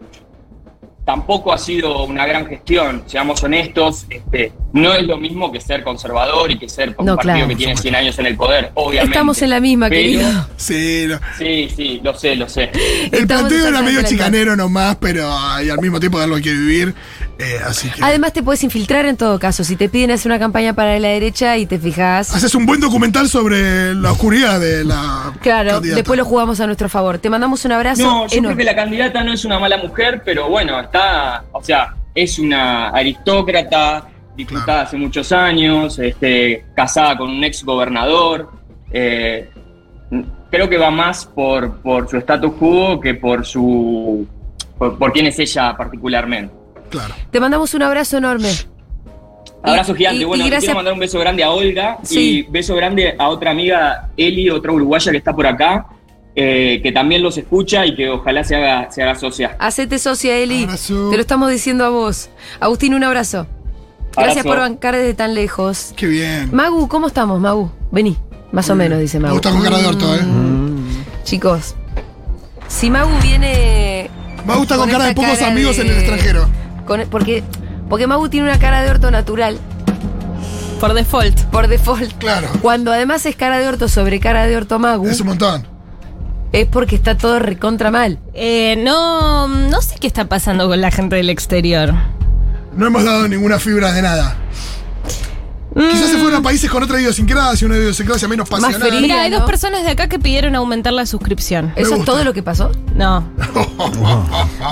Speaker 5: tampoco ha sido una gran gestión, seamos honestos, este, no es lo mismo que ser conservador y que ser un
Speaker 1: No,
Speaker 5: partido
Speaker 1: claro.
Speaker 5: que tiene 100 años en el poder, obviamente.
Speaker 1: Estamos en la misma,
Speaker 5: Pero- [laughs]
Speaker 1: querido.
Speaker 2: Sí, no.
Speaker 5: Sí, sí, lo sé, lo sé.
Speaker 2: El
Speaker 1: Estamos
Speaker 2: planteo era
Speaker 1: exactamente
Speaker 2: medio
Speaker 1: en la misma.
Speaker 2: chicanero nomás, pero ay, al mismo tiempo de algo hay que vivir. Eh, así que.
Speaker 1: Además te puedes infiltrar en todo caso. Si te piden hacer una campaña para la derecha y te fijas.
Speaker 2: Haces un buen documental sobre la oscuridad de la.
Speaker 1: Claro,
Speaker 2: candidata.
Speaker 1: después lo jugamos a nuestro favor. Te mandamos un abrazo
Speaker 5: No, yo creo
Speaker 1: enorme.
Speaker 5: que la candidata no es una mala mujer, pero bueno, está, o sea, es una aristócrata, diputada
Speaker 2: Claro.
Speaker 5: hace muchos años, este, casada con un ex gobernador. eh, creo que va más por, por su status quo que por su por, por quién es ella particularmente.
Speaker 2: Claro.
Speaker 1: Te mandamos un abrazo enorme.
Speaker 5: Abrazo
Speaker 1: Y-
Speaker 5: gigante.
Speaker 1: y- y
Speaker 5: bueno, le
Speaker 1: gracias-
Speaker 5: quiero mandar un beso grande a Olga
Speaker 1: Sí.
Speaker 5: y beso grande a otra amiga, Eli, otra uruguaya que está por acá, eh, que también los escucha y que ojalá se haga, se haga socia.
Speaker 1: Hacete socia, Eli.
Speaker 2: Abrazo.
Speaker 1: Te lo estamos diciendo a vos. Agustín, un abrazo. Gracias
Speaker 5: Abrazo.
Speaker 1: por bancar desde tan lejos.
Speaker 2: Qué bien.
Speaker 1: Magu, ¿cómo estamos, Magu? Vení, más o menos, dice
Speaker 2: Me
Speaker 1: Magu.
Speaker 2: gusta con cara de orto, ¿eh?
Speaker 6: Mm.
Speaker 1: Chicos, si Magu viene.
Speaker 2: Me gusta con cara de
Speaker 1: esta
Speaker 2: pocos amigos en el extranjero.
Speaker 1: con- e, porque, porque Magu tiene una cara de orto natural,
Speaker 6: Por default.
Speaker 1: por default.
Speaker 2: Claro.
Speaker 1: Cuando además es cara de orto sobre cara de orto Magu,
Speaker 2: Es
Speaker 1: es,
Speaker 2: un montón.
Speaker 1: porque está todo recontra mal.
Speaker 6: Eh, no, no sé qué está pasando con la gente del exterior.
Speaker 2: Ah, No hemos dado ninguna fibra de nada.
Speaker 6: Mm.
Speaker 2: Quizás se fueron a países con otra idiosincrasia, una idiosincrasia menos pasional.
Speaker 1: feliz.
Speaker 6: Mira, hay
Speaker 1: ¿no?
Speaker 6: dos personas de acá que pidieron aumentar la suscripción.
Speaker 1: ¿Eso es
Speaker 2: gusta.
Speaker 1: todo lo que pasó?
Speaker 6: No.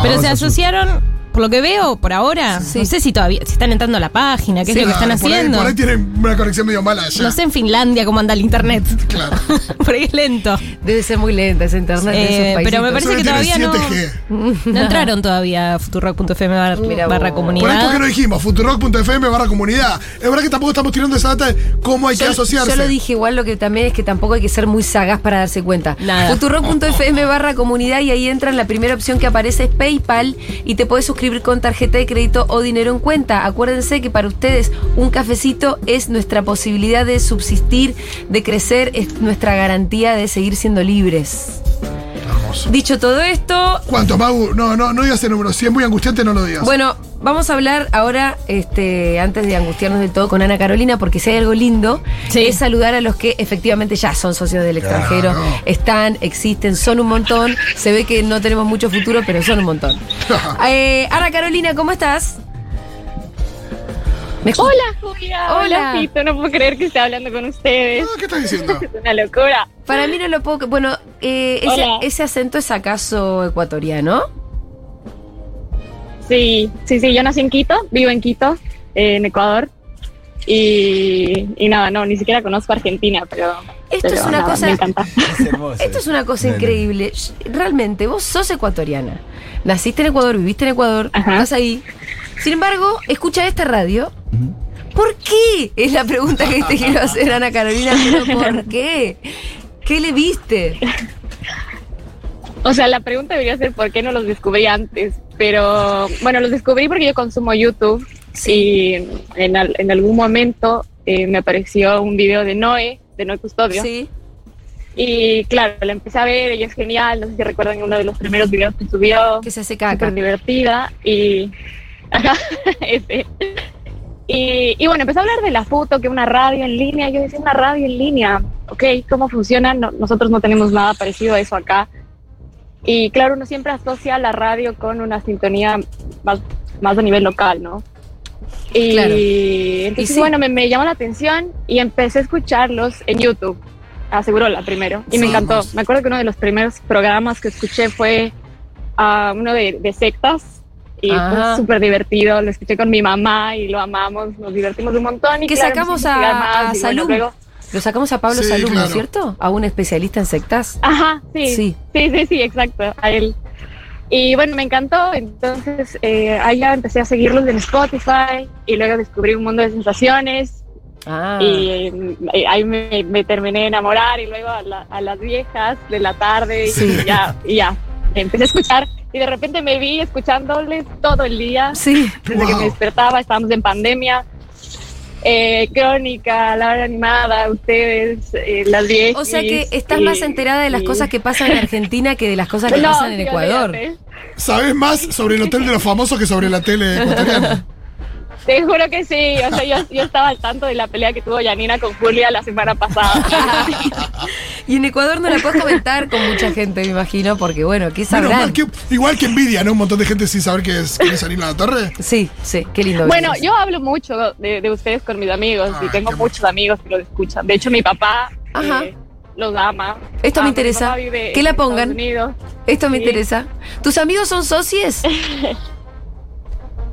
Speaker 6: Pero se asociaron, por lo que veo, por ahora.
Speaker 1: Sí.
Speaker 6: No sé si todavía si están entrando a la página, qué es
Speaker 2: Sí,
Speaker 6: lo que están
Speaker 2: claro, por ahí-
Speaker 6: haciendo.
Speaker 2: Por ahí, tienen una conexión medio mala allá.
Speaker 6: No sé en Finlandia cómo anda el internet. [laughs]
Speaker 2: Claro.
Speaker 6: por ahí es lento.
Speaker 1: Debe ser muy lenta esa internet de
Speaker 6: Eh,
Speaker 1: esos
Speaker 6: pero me
Speaker 1: paisitos.
Speaker 6: parece que
Speaker 2: Solo tiene
Speaker 6: todavía no,
Speaker 2: 7G.
Speaker 6: no entraron todavía a futurock.fm barra,
Speaker 1: Mira vos.
Speaker 6: barra
Speaker 2: Por esto
Speaker 6: comunidad.
Speaker 2: que no dijimos, futurock.fm barra comunidad. Es verdad que tampoco estamos tirando esa data de cómo hay que
Speaker 1: Yo-
Speaker 2: asociarse.
Speaker 1: Yo lo dije igual, lo que también es que tampoco hay que ser muy sagaz para darse cuenta.
Speaker 6: Nada.
Speaker 1: Futurock.fm barra comunidad y ahí entran. La primera opción que aparece es PayPal y te puedes suscribir con tarjeta de crédito o dinero en cuenta. Acuérdense que para ustedes un cafecito es nuestra posibilidad de subsistir, de crecer, es nuestra garantía de seguir siendo libres.
Speaker 2: Hermoso.
Speaker 1: Dicho todo esto,
Speaker 2: ¿Cuánto, Mau? No, no, no digas el número. Si es muy angustiante, no lo digas.
Speaker 1: Bueno, vamos a hablar ahora, este, antes de angustiarnos del todo con Ana Carolina, porque si hay algo lindo,
Speaker 6: Sí.
Speaker 1: es saludar a los que efectivamente ya son socios del extranjero, están, existen, son un montón. Se ve que no tenemos mucho futuro, pero son un montón. Eh, Ana Carolina, ¿cómo estás? ¿Me escuchas?
Speaker 7: Hola Julia,
Speaker 1: Hola.
Speaker 7: hola. Fito, no puedo creer que esté hablando con ustedes.
Speaker 2: Ah, ¿Qué estás
Speaker 1: [laughs]
Speaker 2: diciendo?
Speaker 7: Es una locura.
Speaker 1: Para mí no lo puedo. Bueno, eh, ese,
Speaker 7: Hola.
Speaker 1: ese acento es acaso ecuatoriano.
Speaker 7: Sí, sí, sí, yo nací en Quito, vivo en Quito, eh, en Ecuador. Y, y nada, no, ni siquiera conozco Argentina, pero...
Speaker 1: Esto
Speaker 7: pero
Speaker 1: es una
Speaker 7: nada,
Speaker 1: cosa-
Speaker 7: Me encanta.
Speaker 3: [laughs] Es hermoso.
Speaker 1: Esto es una cosa
Speaker 3: Bueno.
Speaker 1: increíble. Realmente, vos sos ecuatoriana. Naciste en Ecuador, viviste en Ecuador,
Speaker 7: Ajá.
Speaker 1: estás ahí. Sin embargo, escucha esta radio. ¿Por qué? Es la pregunta que te quiero hacer, Ana Carolina. pero
Speaker 7: [laughs]
Speaker 1: ¿Por qué? ¿Qué le viste?
Speaker 7: O sea, la pregunta debería ser por qué no los descubrí antes, pero bueno, los descubrí porque yo consumo YouTube y en, al- en algún momento eh, me apareció un video de Noé, de Noé Custodio.
Speaker 1: Sí.
Speaker 7: Y claro, la empecé a ver, ella es genial, no sé si recuerdan uno de los primeros videos que subió,
Speaker 1: Que se hace
Speaker 7: súper
Speaker 1: caca.
Speaker 7: divertida y... [laughs] Ajá, ese. Y, y bueno, empecé a hablar de la foto, que una radio en línea, yo decía una radio en línea, ok, ¿cómo funciona? No- nosotros no tenemos nada parecido a eso acá. Y claro, uno siempre asocia la radio con una sintonía más, más a nivel local, ¿no? Y
Speaker 1: Claro.
Speaker 7: entonces,
Speaker 1: Y sí.
Speaker 7: bueno, me, me llamó la atención y empecé a escucharlos en YouTube aseguró la primero y me
Speaker 2: Sí,
Speaker 7: encantó.
Speaker 2: hermoso.
Speaker 7: Me acuerdo que uno de los primeros programas que escuché fue ah, uno de, de sectas y
Speaker 1: Ajá.
Speaker 7: fue súper divertido. Lo escuché con mi mamá y lo amamos, nos divertimos un montón. Y
Speaker 1: Que
Speaker 7: claro,
Speaker 1: sacamos
Speaker 7: empecé a investigar
Speaker 1: a-
Speaker 7: más
Speaker 1: a
Speaker 7: y bueno,
Speaker 1: Salum.
Speaker 7: luego-
Speaker 1: Lo sacamos a Pablo
Speaker 2: Sí,
Speaker 1: Salum, ¿no es
Speaker 2: claro.
Speaker 1: cierto? A un especialista en sectas.
Speaker 7: Ajá, sí,
Speaker 1: Sí.
Speaker 7: sí, sí, sí, exacto, a él. Y bueno, me encantó, entonces eh, ahí ya empecé a seguirlos en Spotify y luego descubrí un mundo de sensaciones
Speaker 1: Ah.
Speaker 7: y eh, ahí me, me terminé de enamorar y luego a, la- a las viejas de la tarde y
Speaker 1: Sí.
Speaker 7: ya, y ya, empecé a escuchar y de repente me vi escuchándoles todo el día,
Speaker 1: Sí.
Speaker 7: desde que me despertaba, estábamos en pandemia. Eh, crónica, la hora animada, ustedes, eh, las viejas.
Speaker 1: O sea
Speaker 7: [laughs]
Speaker 1: que estás más enterada de las cosas que pasan en Argentina que de las cosas que pasan en Ecuador. [laughs]
Speaker 2: ¿Sabes más sobre el hotel de los famosos que sobre la tele ecuatoriana?
Speaker 7: Te juro que sí. O sea, yo, yo estaba al tanto de la pelea que tuvo Yanina con Julia la semana
Speaker 1: [laughs]
Speaker 7: pasada.
Speaker 1: Y en Ecuador no la
Speaker 2: [laughs]
Speaker 1: puedes comentar con mucha gente, me imagino, porque bueno, ¿qué
Speaker 2: Menos mal
Speaker 1: sabrán?
Speaker 2: que- igual que envidia, ¿no? Un montón de gente sin saber que es, que es Anila La Torre.
Speaker 1: Sí, sí, qué lindo.
Speaker 7: Bueno,
Speaker 1: verlos.
Speaker 7: yo hablo mucho de, de ustedes con mis amigos
Speaker 2: Ah,
Speaker 7: y tengo
Speaker 2: qué
Speaker 7: muchos amigos que los escuchan. De hecho, mi papá
Speaker 1: Ajá.
Speaker 7: eh, los ama.
Speaker 1: Esto me
Speaker 7: Ah, mi
Speaker 1: interesa.
Speaker 7: papá vive
Speaker 1: Que la
Speaker 7: en Estados
Speaker 1: pongan.
Speaker 7: Unidos.
Speaker 1: Esto me
Speaker 7: sí.
Speaker 1: interesa. ¿Tus amigos son socios?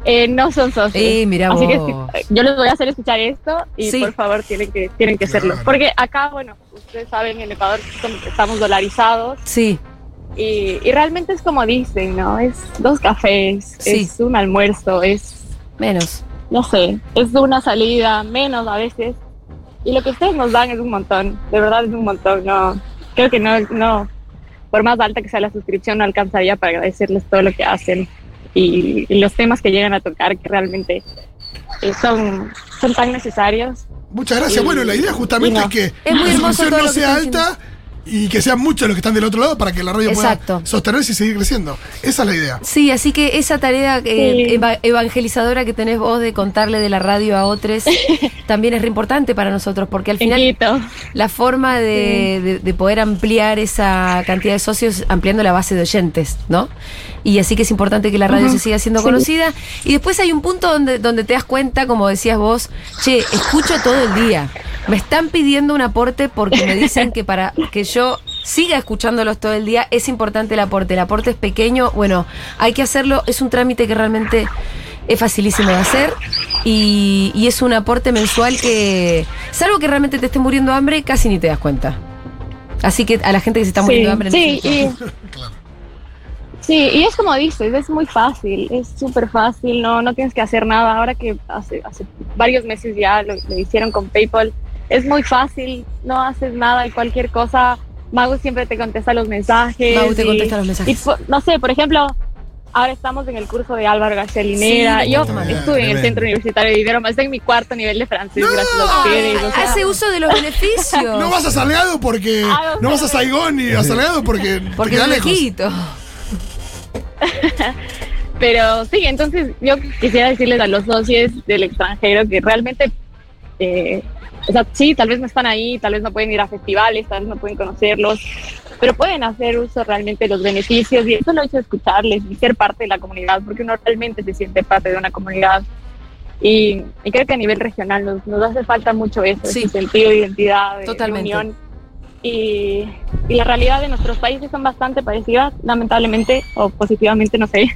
Speaker 7: Eh, no son socios.
Speaker 1: Eh, mira
Speaker 7: [laughs] Así que
Speaker 1: vos.
Speaker 7: sí, yo les voy a hacer escuchar esto y
Speaker 1: Sí.
Speaker 7: por favor tienen que tienen que hacerlo.
Speaker 2: Claro.
Speaker 7: Porque acá, bueno, ustedes saben, en Ecuador como que estamos dolarizados
Speaker 1: Sí,
Speaker 7: y, y realmente es como dicen, ¿no? Es dos cafés,
Speaker 1: Sí.
Speaker 7: es un almuerzo, es,
Speaker 1: menos.
Speaker 7: no sé, es una salida, menos a veces. Y lo que ustedes nos dan es un montón, de verdad es un montón, no. Creo que no, no, por más alta que sea la suscripción, no alcanzaría para agradecerles todo lo que hacen y, y los temas que llegan a tocar que realmente eh, son, son tan necesarios.
Speaker 2: Muchas gracias. Bueno, la idea justamente
Speaker 7: Y no.
Speaker 2: es que
Speaker 1: Es muy
Speaker 2: la
Speaker 1: hermoso
Speaker 2: suscripción
Speaker 1: todo
Speaker 2: no
Speaker 1: lo que
Speaker 2: sea
Speaker 1: están
Speaker 2: alta y que sean muchos los que están del otro lado para que la radio
Speaker 1: Exacto.
Speaker 2: pueda sostenerse y seguir creciendo. Esa es la idea.
Speaker 1: Sí, así que esa tarea eh,
Speaker 7: Sí.
Speaker 1: eva- evangelizadora que tenés vos de contarle de la radio a
Speaker 7: [laughs]
Speaker 1: otros también es re importante para nosotros, porque al
Speaker 7: En
Speaker 1: final
Speaker 7: Quito.
Speaker 1: la forma de, de- de poder ampliar esa cantidad de socios es ampliando la base de oyentes, ¿no? Y así que es importante que la radio se siga siendo
Speaker 7: sí.
Speaker 1: conocida. Y después hay un punto donde, donde te das cuenta, como decías vos, che, escucho todo el día. Me están pidiendo un aporte porque me dicen que para que yo siga escuchándolos todo el día es importante el aporte. El aporte es pequeño, bueno, hay que hacerlo, es un trámite que realmente es facilísimo de hacer y, y es un aporte mensual que, salvo que realmente te esté muriendo de hambre, casi ni te das cuenta. Así que a la gente que se está
Speaker 7: Sí,
Speaker 1: muriendo de hambre... no
Speaker 7: sí,
Speaker 1: se-
Speaker 7: y,
Speaker 2: [laughs] Claro.
Speaker 7: sí, y es como dices, es muy fácil, es súper fácil, no, no tienes que hacer nada. Ahora que hace, hace varios meses ya lo, lo hicieron con PayPal, es muy fácil, no haces nada y cualquier cosa. Mago siempre te contesta los mensajes.
Speaker 1: Mau te
Speaker 7: y-
Speaker 1: contesta los
Speaker 7: y
Speaker 1: mensajes.
Speaker 7: po- no sé, por ejemplo, ahora estamos en el curso de Álvaro García Linera.
Speaker 1: Sí,
Speaker 7: Yo
Speaker 1: tremendo.
Speaker 7: estuve en el
Speaker 3: Tremendo.
Speaker 7: Centro Universitario de Ibero, más en mi cuarto nivel de francés, gracias a ustedes. o sea,
Speaker 1: Hace uso
Speaker 7: [laughs]
Speaker 1: de los beneficios.
Speaker 2: No vas a Salgado porque.
Speaker 7: Ah, no
Speaker 2: No vas a
Speaker 7: sé.
Speaker 2: Saigón ni a Salgado porque. te
Speaker 1: porque
Speaker 2: queda
Speaker 1: es
Speaker 2: lejos.
Speaker 1: lejito.
Speaker 7: Pero sí, entonces yo quisiera decirles a los socios del extranjero que realmente, eh, o sea, sí, tal vez no están ahí, tal vez no pueden ir a festivales, tal vez no pueden conocerlos, pero pueden hacer uso realmente de los beneficios y eso lo he hecho escucharles y ser parte de la comunidad, porque uno realmente se siente parte de una comunidad. Y, y creo que a nivel regional nos, nos hace falta mucho eso,
Speaker 1: Sí.
Speaker 7: ese sentido de identidad, de, de
Speaker 1: Totalmente.
Speaker 7: unión. Y, y la realidad de nuestros países son bastante parecidas, lamentablemente o positivamente, no sé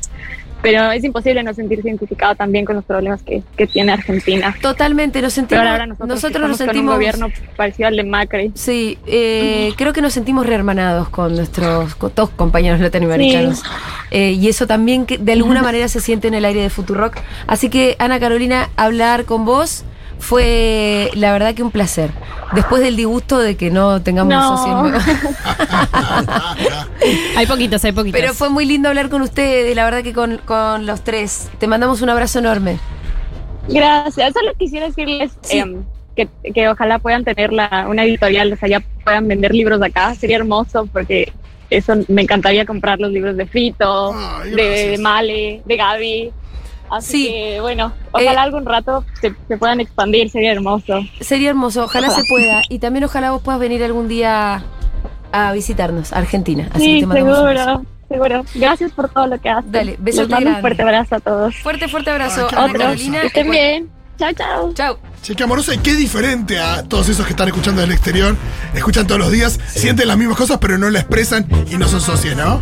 Speaker 7: pero es imposible no sentirse identificado también con los problemas que, que tiene Argentina.
Speaker 1: Totalmente, nos sentimos.
Speaker 7: Pero ahora nosotros, que
Speaker 1: nos
Speaker 7: estamos con
Speaker 1: sentimos.
Speaker 7: un gobierno parecido al de Macri.
Speaker 1: Sí, eh, creo que nos sentimos rehermanados con nuestros con todos compañeros latinoamericanos. Eh, y eso también que de alguna manera se siente en el aire de Futurock. Así que, Ana Carolina, hablar con vos fue la verdad que un placer. Después del disgusto de que no tengamos
Speaker 7: No.
Speaker 1: socios
Speaker 7: [laughs]
Speaker 1: nuevos.
Speaker 6: Hay poquitos, hay poquitos.
Speaker 1: Pero fue muy lindo hablar con ustedes, la verdad que con, con los tres. Te mandamos un abrazo enorme.
Speaker 7: Gracias. Solo quisiera decirles
Speaker 1: Sí.
Speaker 7: em, que, que ojalá puedan tener la, una editorial, o sea, ya puedan vender libros acá. Sería hermoso porque eso me encantaría comprar los libros de Fito,
Speaker 2: Ay,
Speaker 7: de,
Speaker 2: gracias.
Speaker 7: de Male, de Gaby. Así
Speaker 1: Sí.
Speaker 7: que, bueno, ojalá
Speaker 1: Eh.
Speaker 7: algún rato se, se puedan expandir, sería hermoso.
Speaker 1: Sería hermoso, ojalá,
Speaker 7: Ojalá.
Speaker 1: se pueda. Y también ojalá vos puedas venir algún día a visitarnos, a Argentina. Así que
Speaker 7: sí,
Speaker 1: te mandamos un beso.
Speaker 7: seguro, seguro. Gracias por todo lo que hacen.
Speaker 1: Dale, besote
Speaker 7: Les mando
Speaker 1: grande.
Speaker 7: un fuerte abrazo a todos.
Speaker 1: Fuerte, fuerte abrazo,
Speaker 2: Ay, qué
Speaker 1: Ana
Speaker 2: amorosa.
Speaker 1: Carolina.
Speaker 7: Que estén bien. Chao, chao.
Speaker 1: Chau.
Speaker 2: Che, qué amorosa y qué diferente a todos esos que están escuchando del exterior. Escuchan todos los días, sienten las mismas cosas, pero no la expresan y no son socios, ¿no?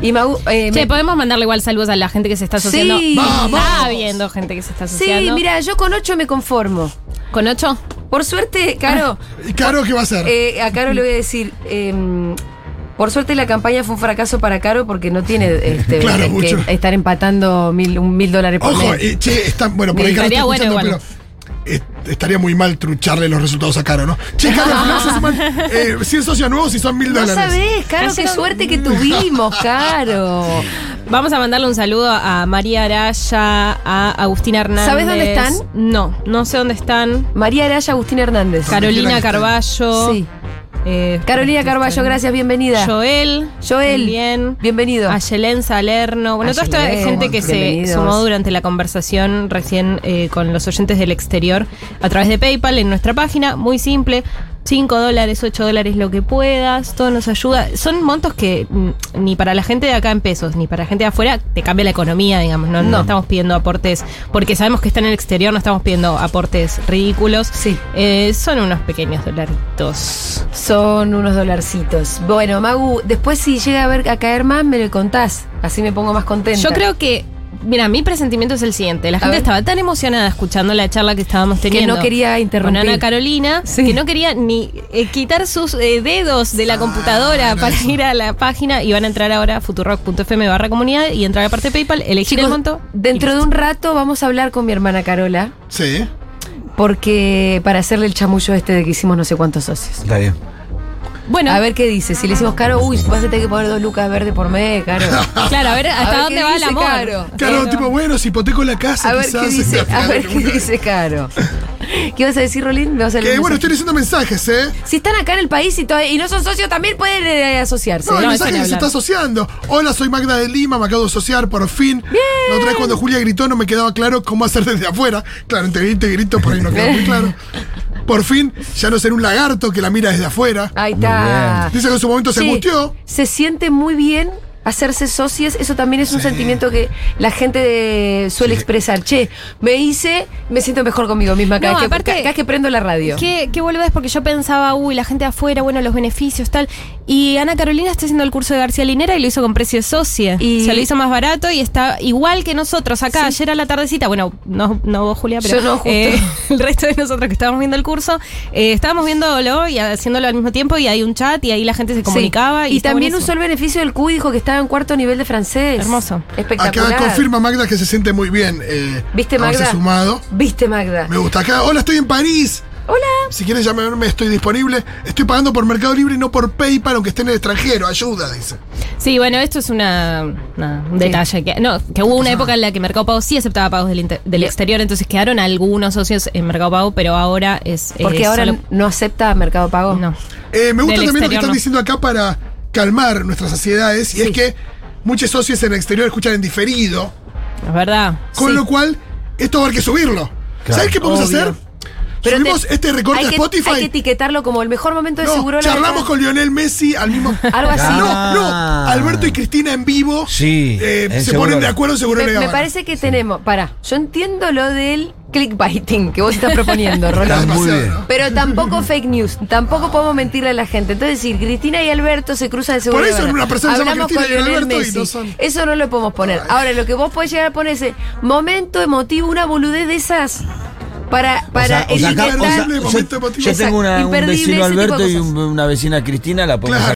Speaker 1: Y Mau, eh,
Speaker 6: Che,
Speaker 1: me-
Speaker 6: podemos mandarle igual saludos a la gente que se está asociando.
Speaker 1: Sí.
Speaker 2: Vamos.
Speaker 6: Está viendo gente que se está asociando.
Speaker 1: sí, mira, yo con ocho me conformo.
Speaker 6: ¿Con ocho?
Speaker 1: Por suerte, Caro,
Speaker 2: Y Caro, ¿qué va a hacer?
Speaker 1: eh, a Caro le voy a decir. eh, por suerte la campaña fue un fracaso para Caro porque no tiene este,
Speaker 2: [laughs] Claro,
Speaker 1: que
Speaker 2: mucho.
Speaker 1: estar empatando mil, un mil dólares por
Speaker 2: Ojo,
Speaker 1: mes.
Speaker 2: eh, che, están, bueno, por ahí Caro
Speaker 6: Estaría
Speaker 2: está
Speaker 6: bueno
Speaker 2: escuchando,
Speaker 6: igual.
Speaker 2: pero eh, estaría muy mal trucharle los resultados a Caro, ¿no? Che, Caro, al final se
Speaker 1: [laughs]
Speaker 2: suman eh, 100 socios nuevos y son mil
Speaker 1: No
Speaker 2: dólares.
Speaker 1: sabés, Caro, qué
Speaker 6: Nosotros-
Speaker 1: suerte
Speaker 2: [laughs]
Speaker 1: que tuvimos, Caro.
Speaker 6: Vamos a mandarle un saludo a María Araya, a Agustín Hernández.
Speaker 1: ¿Sabes dónde están?
Speaker 6: No, no sé dónde están.
Speaker 1: María Araya Agustín Hernández.
Speaker 2: quiera
Speaker 6: Carolina
Speaker 2: que estén.
Speaker 6: Carballo.
Speaker 1: Sí.
Speaker 6: eh,
Speaker 1: Carolina Carballo, gracias, bienvenida.
Speaker 6: Joel.
Speaker 1: Joel,
Speaker 6: Bien.
Speaker 1: bienvenido.
Speaker 6: A Yelén Salerno. Bueno,
Speaker 1: A
Speaker 6: toda esta
Speaker 1: Yelén,
Speaker 6: gente que se
Speaker 1: bienvenidos.
Speaker 6: sumó durante la conversación recién eh, con los oyentes del exterior a través de PayPal en nuestra página. Muy simple. 5 dólares, 8 dólares, lo que puedas, todo nos ayuda. Son montos que mm, ni para la gente de acá en pesos, ni para la gente de afuera, te cambia la economía, digamos. No, no. estamos pidiendo aportes, porque sabemos que está en el exterior, no estamos pidiendo aportes ridículos.
Speaker 1: Sí.
Speaker 6: Eh, son unos pequeños dolaritos.
Speaker 1: Son unos dolarcitos. Bueno, Magu, después si llega a, ver, a caer más, me lo contás. Así me pongo más contenta.
Speaker 6: Yo creo que, mira, mi presentimiento es el siguiente. La gente
Speaker 1: ver.
Speaker 6: estaba tan emocionada escuchando la charla que estábamos teniendo.
Speaker 1: no quería interrumpir.
Speaker 6: Con Ana Carolina,
Speaker 1: Sí. Ah,
Speaker 6: que no quería ni eh, quitar sus eh, dedos de la computadora
Speaker 2: era
Speaker 6: para
Speaker 2: eso.
Speaker 6: ir a la página y van a entrar ahora a futurock.fm barra comunidad y entrar a la parte de PayPal, elegir
Speaker 1: Chicos,
Speaker 6: el monto.
Speaker 1: Dentro
Speaker 6: y
Speaker 1: de
Speaker 6: listo.
Speaker 1: un rato vamos a hablar con mi hermana Carola,
Speaker 2: Sí.
Speaker 1: porque para hacerle el chamullo este de que hicimos no sé cuántos socios.
Speaker 3: Está bien.
Speaker 6: Bueno,
Speaker 1: A ver qué dice. Si le hicimos caro, uy, vas a tener que poner dos lucas verde por
Speaker 2: [laughs]
Speaker 1: mes, caro.
Speaker 6: claro, a ver
Speaker 1: A
Speaker 6: hasta
Speaker 1: ver qué
Speaker 6: dónde va el
Speaker 1: dice
Speaker 6: amor.
Speaker 1: Caro.
Speaker 2: Claro,
Speaker 6: Eh,
Speaker 2: tipo, bueno, si hipoteco la casa,
Speaker 1: A ver
Speaker 2: quizás.
Speaker 1: qué dice,
Speaker 2: este,
Speaker 1: a ver qué
Speaker 2: alguna-
Speaker 1: dice caro. ¿Qué vas a decir, Rolín? ¿Me vas a leer
Speaker 2: Que
Speaker 1: un
Speaker 2: bueno,
Speaker 1: mensaje?
Speaker 2: estoy leyendo mensajes, ¿eh?
Speaker 1: Si están acá en el país y, todavía- y no son socios, también pueden eh, asociarse.
Speaker 2: No, el
Speaker 6: no, eso
Speaker 2: mensaje
Speaker 6: ni
Speaker 2: que se
Speaker 6: hablar.
Speaker 2: está asociando. Hola, soy Magda de Lima, me acabo de asociar, por fin. La otra vez cuando Julia gritó no me quedaba claro cómo hacer desde afuera. Claro, entre grito y grito por ahí no quedó muy claro. Por fin, ya no ser un lagarto que la mira desde afuera.
Speaker 1: Ahí
Speaker 3: Muy
Speaker 1: está.
Speaker 2: Dice que en su momento se
Speaker 1: Sí,
Speaker 2: angustió.
Speaker 1: Se siente muy bien hacerse socias. Eso también es un sentimiento que la gente de- suele expresar. Che, me hice, me siento mejor conmigo misma cada,
Speaker 6: No,
Speaker 1: vez, que,
Speaker 6: aparte-
Speaker 1: ca- cada vez que prendo la radio.
Speaker 6: Qué, qué boluda es porque yo pensaba, uy, la gente afuera, bueno, los beneficios, tal. Y Ana Carolina está haciendo el curso de García Linera y lo hizo con precio de socia.
Speaker 1: Y-
Speaker 6: Y se lo hizo más barato y está igual que nosotros acá. Ayer a la tardecita, bueno, no, no vos, Julia, pero
Speaker 1: Yo no, justo.
Speaker 6: eh, [laughs] el resto de nosotros que estábamos viendo el curso, eh, estábamos viéndolo y haciéndolo al mismo tiempo y hay un chat y ahí la gente se
Speaker 1: Sí.
Speaker 6: comunicaba. Y,
Speaker 1: Y,
Speaker 6: está
Speaker 1: también usó
Speaker 6: buenísimo.
Speaker 1: el beneficio del Q y dijo que estaba en cuarto nivel de francés.
Speaker 6: Hermoso.
Speaker 1: Espectacular.
Speaker 2: Acá Ah, confirma Magda que se siente muy bien. eh,
Speaker 1: ¿Viste,
Speaker 2: haberse
Speaker 1: Magda?
Speaker 2: sumado.
Speaker 1: Viste, Magda.
Speaker 2: Me gusta acá. Hola, estoy en París.
Speaker 1: Hola.
Speaker 2: Si quieres llamarme, estoy disponible. Estoy pagando por Mercado Libre y no por PayPal, aunque esté en el extranjero. Ayuda, dice.
Speaker 6: Sí, bueno, esto es una, una- un
Speaker 1: Sí.
Speaker 6: detalle. Que, no, que hubo una época en la que Mercado Pago sí aceptaba pagos del, inter- del
Speaker 1: Bien.
Speaker 6: exterior, entonces quedaron algunos socios en Mercado Pago, pero ahora es. eh,
Speaker 1: Porque ahora
Speaker 6: solo-
Speaker 1: no acepta Mercado Pago.
Speaker 6: no.
Speaker 2: Eh, me gusta también lo que
Speaker 6: Del exterior,
Speaker 2: están
Speaker 6: no.
Speaker 2: diciendo acá para calmar nuestras ansiedades. Y es que muchos socios en el exterior escuchan en diferido.
Speaker 6: Es verdad.
Speaker 2: Con lo cual, esto va a haber que subirlo.
Speaker 3: Claro.
Speaker 2: ¿Sabes qué podemos
Speaker 1: Obvio.
Speaker 2: hacer?
Speaker 1: Pero
Speaker 2: Subimos
Speaker 1: te-
Speaker 2: este recorte
Speaker 1: hay
Speaker 2: a
Speaker 1: que-
Speaker 2: Spotify.
Speaker 1: Hay que etiquetarlo como el mejor momento de
Speaker 2: No,
Speaker 1: seguro. La
Speaker 2: charlamos
Speaker 1: Verdad.
Speaker 2: con Lionel Messi al mismo.
Speaker 1: [laughs] Algo así.
Speaker 2: No, no.
Speaker 3: Ah.
Speaker 2: Alberto y Cristina en vivo
Speaker 3: Sí,
Speaker 2: eh,
Speaker 3: en
Speaker 2: se
Speaker 3: Seguro
Speaker 2: ponen de
Speaker 3: La-
Speaker 2: acuerdo en seguro
Speaker 1: Me,
Speaker 2: La
Speaker 1: me
Speaker 2: Habana.
Speaker 1: parece que tenemos. Pará, yo entiendo lo del clickbaiting que vos
Speaker 2: [laughs]
Speaker 1: estás proponiendo,
Speaker 3: Está
Speaker 1: Rolando.
Speaker 3: muy
Speaker 2: demasiado,
Speaker 3: bien.
Speaker 2: ¿no?
Speaker 1: Pero tampoco fake news, tampoco podemos mentirle a la gente. Entonces, si Cristina y Alberto se cruzan en seguro.
Speaker 2: Por eso
Speaker 1: Habana,
Speaker 2: una persona se llama
Speaker 1: hablamos
Speaker 2: Cristina
Speaker 1: con
Speaker 2: y
Speaker 1: Lionel
Speaker 2: Alberto y no
Speaker 1: Messi,
Speaker 2: son-
Speaker 1: Eso no lo podemos poner. Ahora, lo que vos podés llegar a poner es eh, momento emotivo, una boludez de esas. Para, para
Speaker 3: O sea, o sea,
Speaker 2: etiquetar-
Speaker 3: acá- o sea,
Speaker 2: Momento
Speaker 3: yo-
Speaker 2: emotivo.
Speaker 3: yo tengo una- un
Speaker 1: Exacto,
Speaker 3: vecino
Speaker 1: imperdible, ese tipo de
Speaker 3: Alberto y
Speaker 1: cosas.
Speaker 3: un- una vecina Cristina, la podemos
Speaker 2: Claro,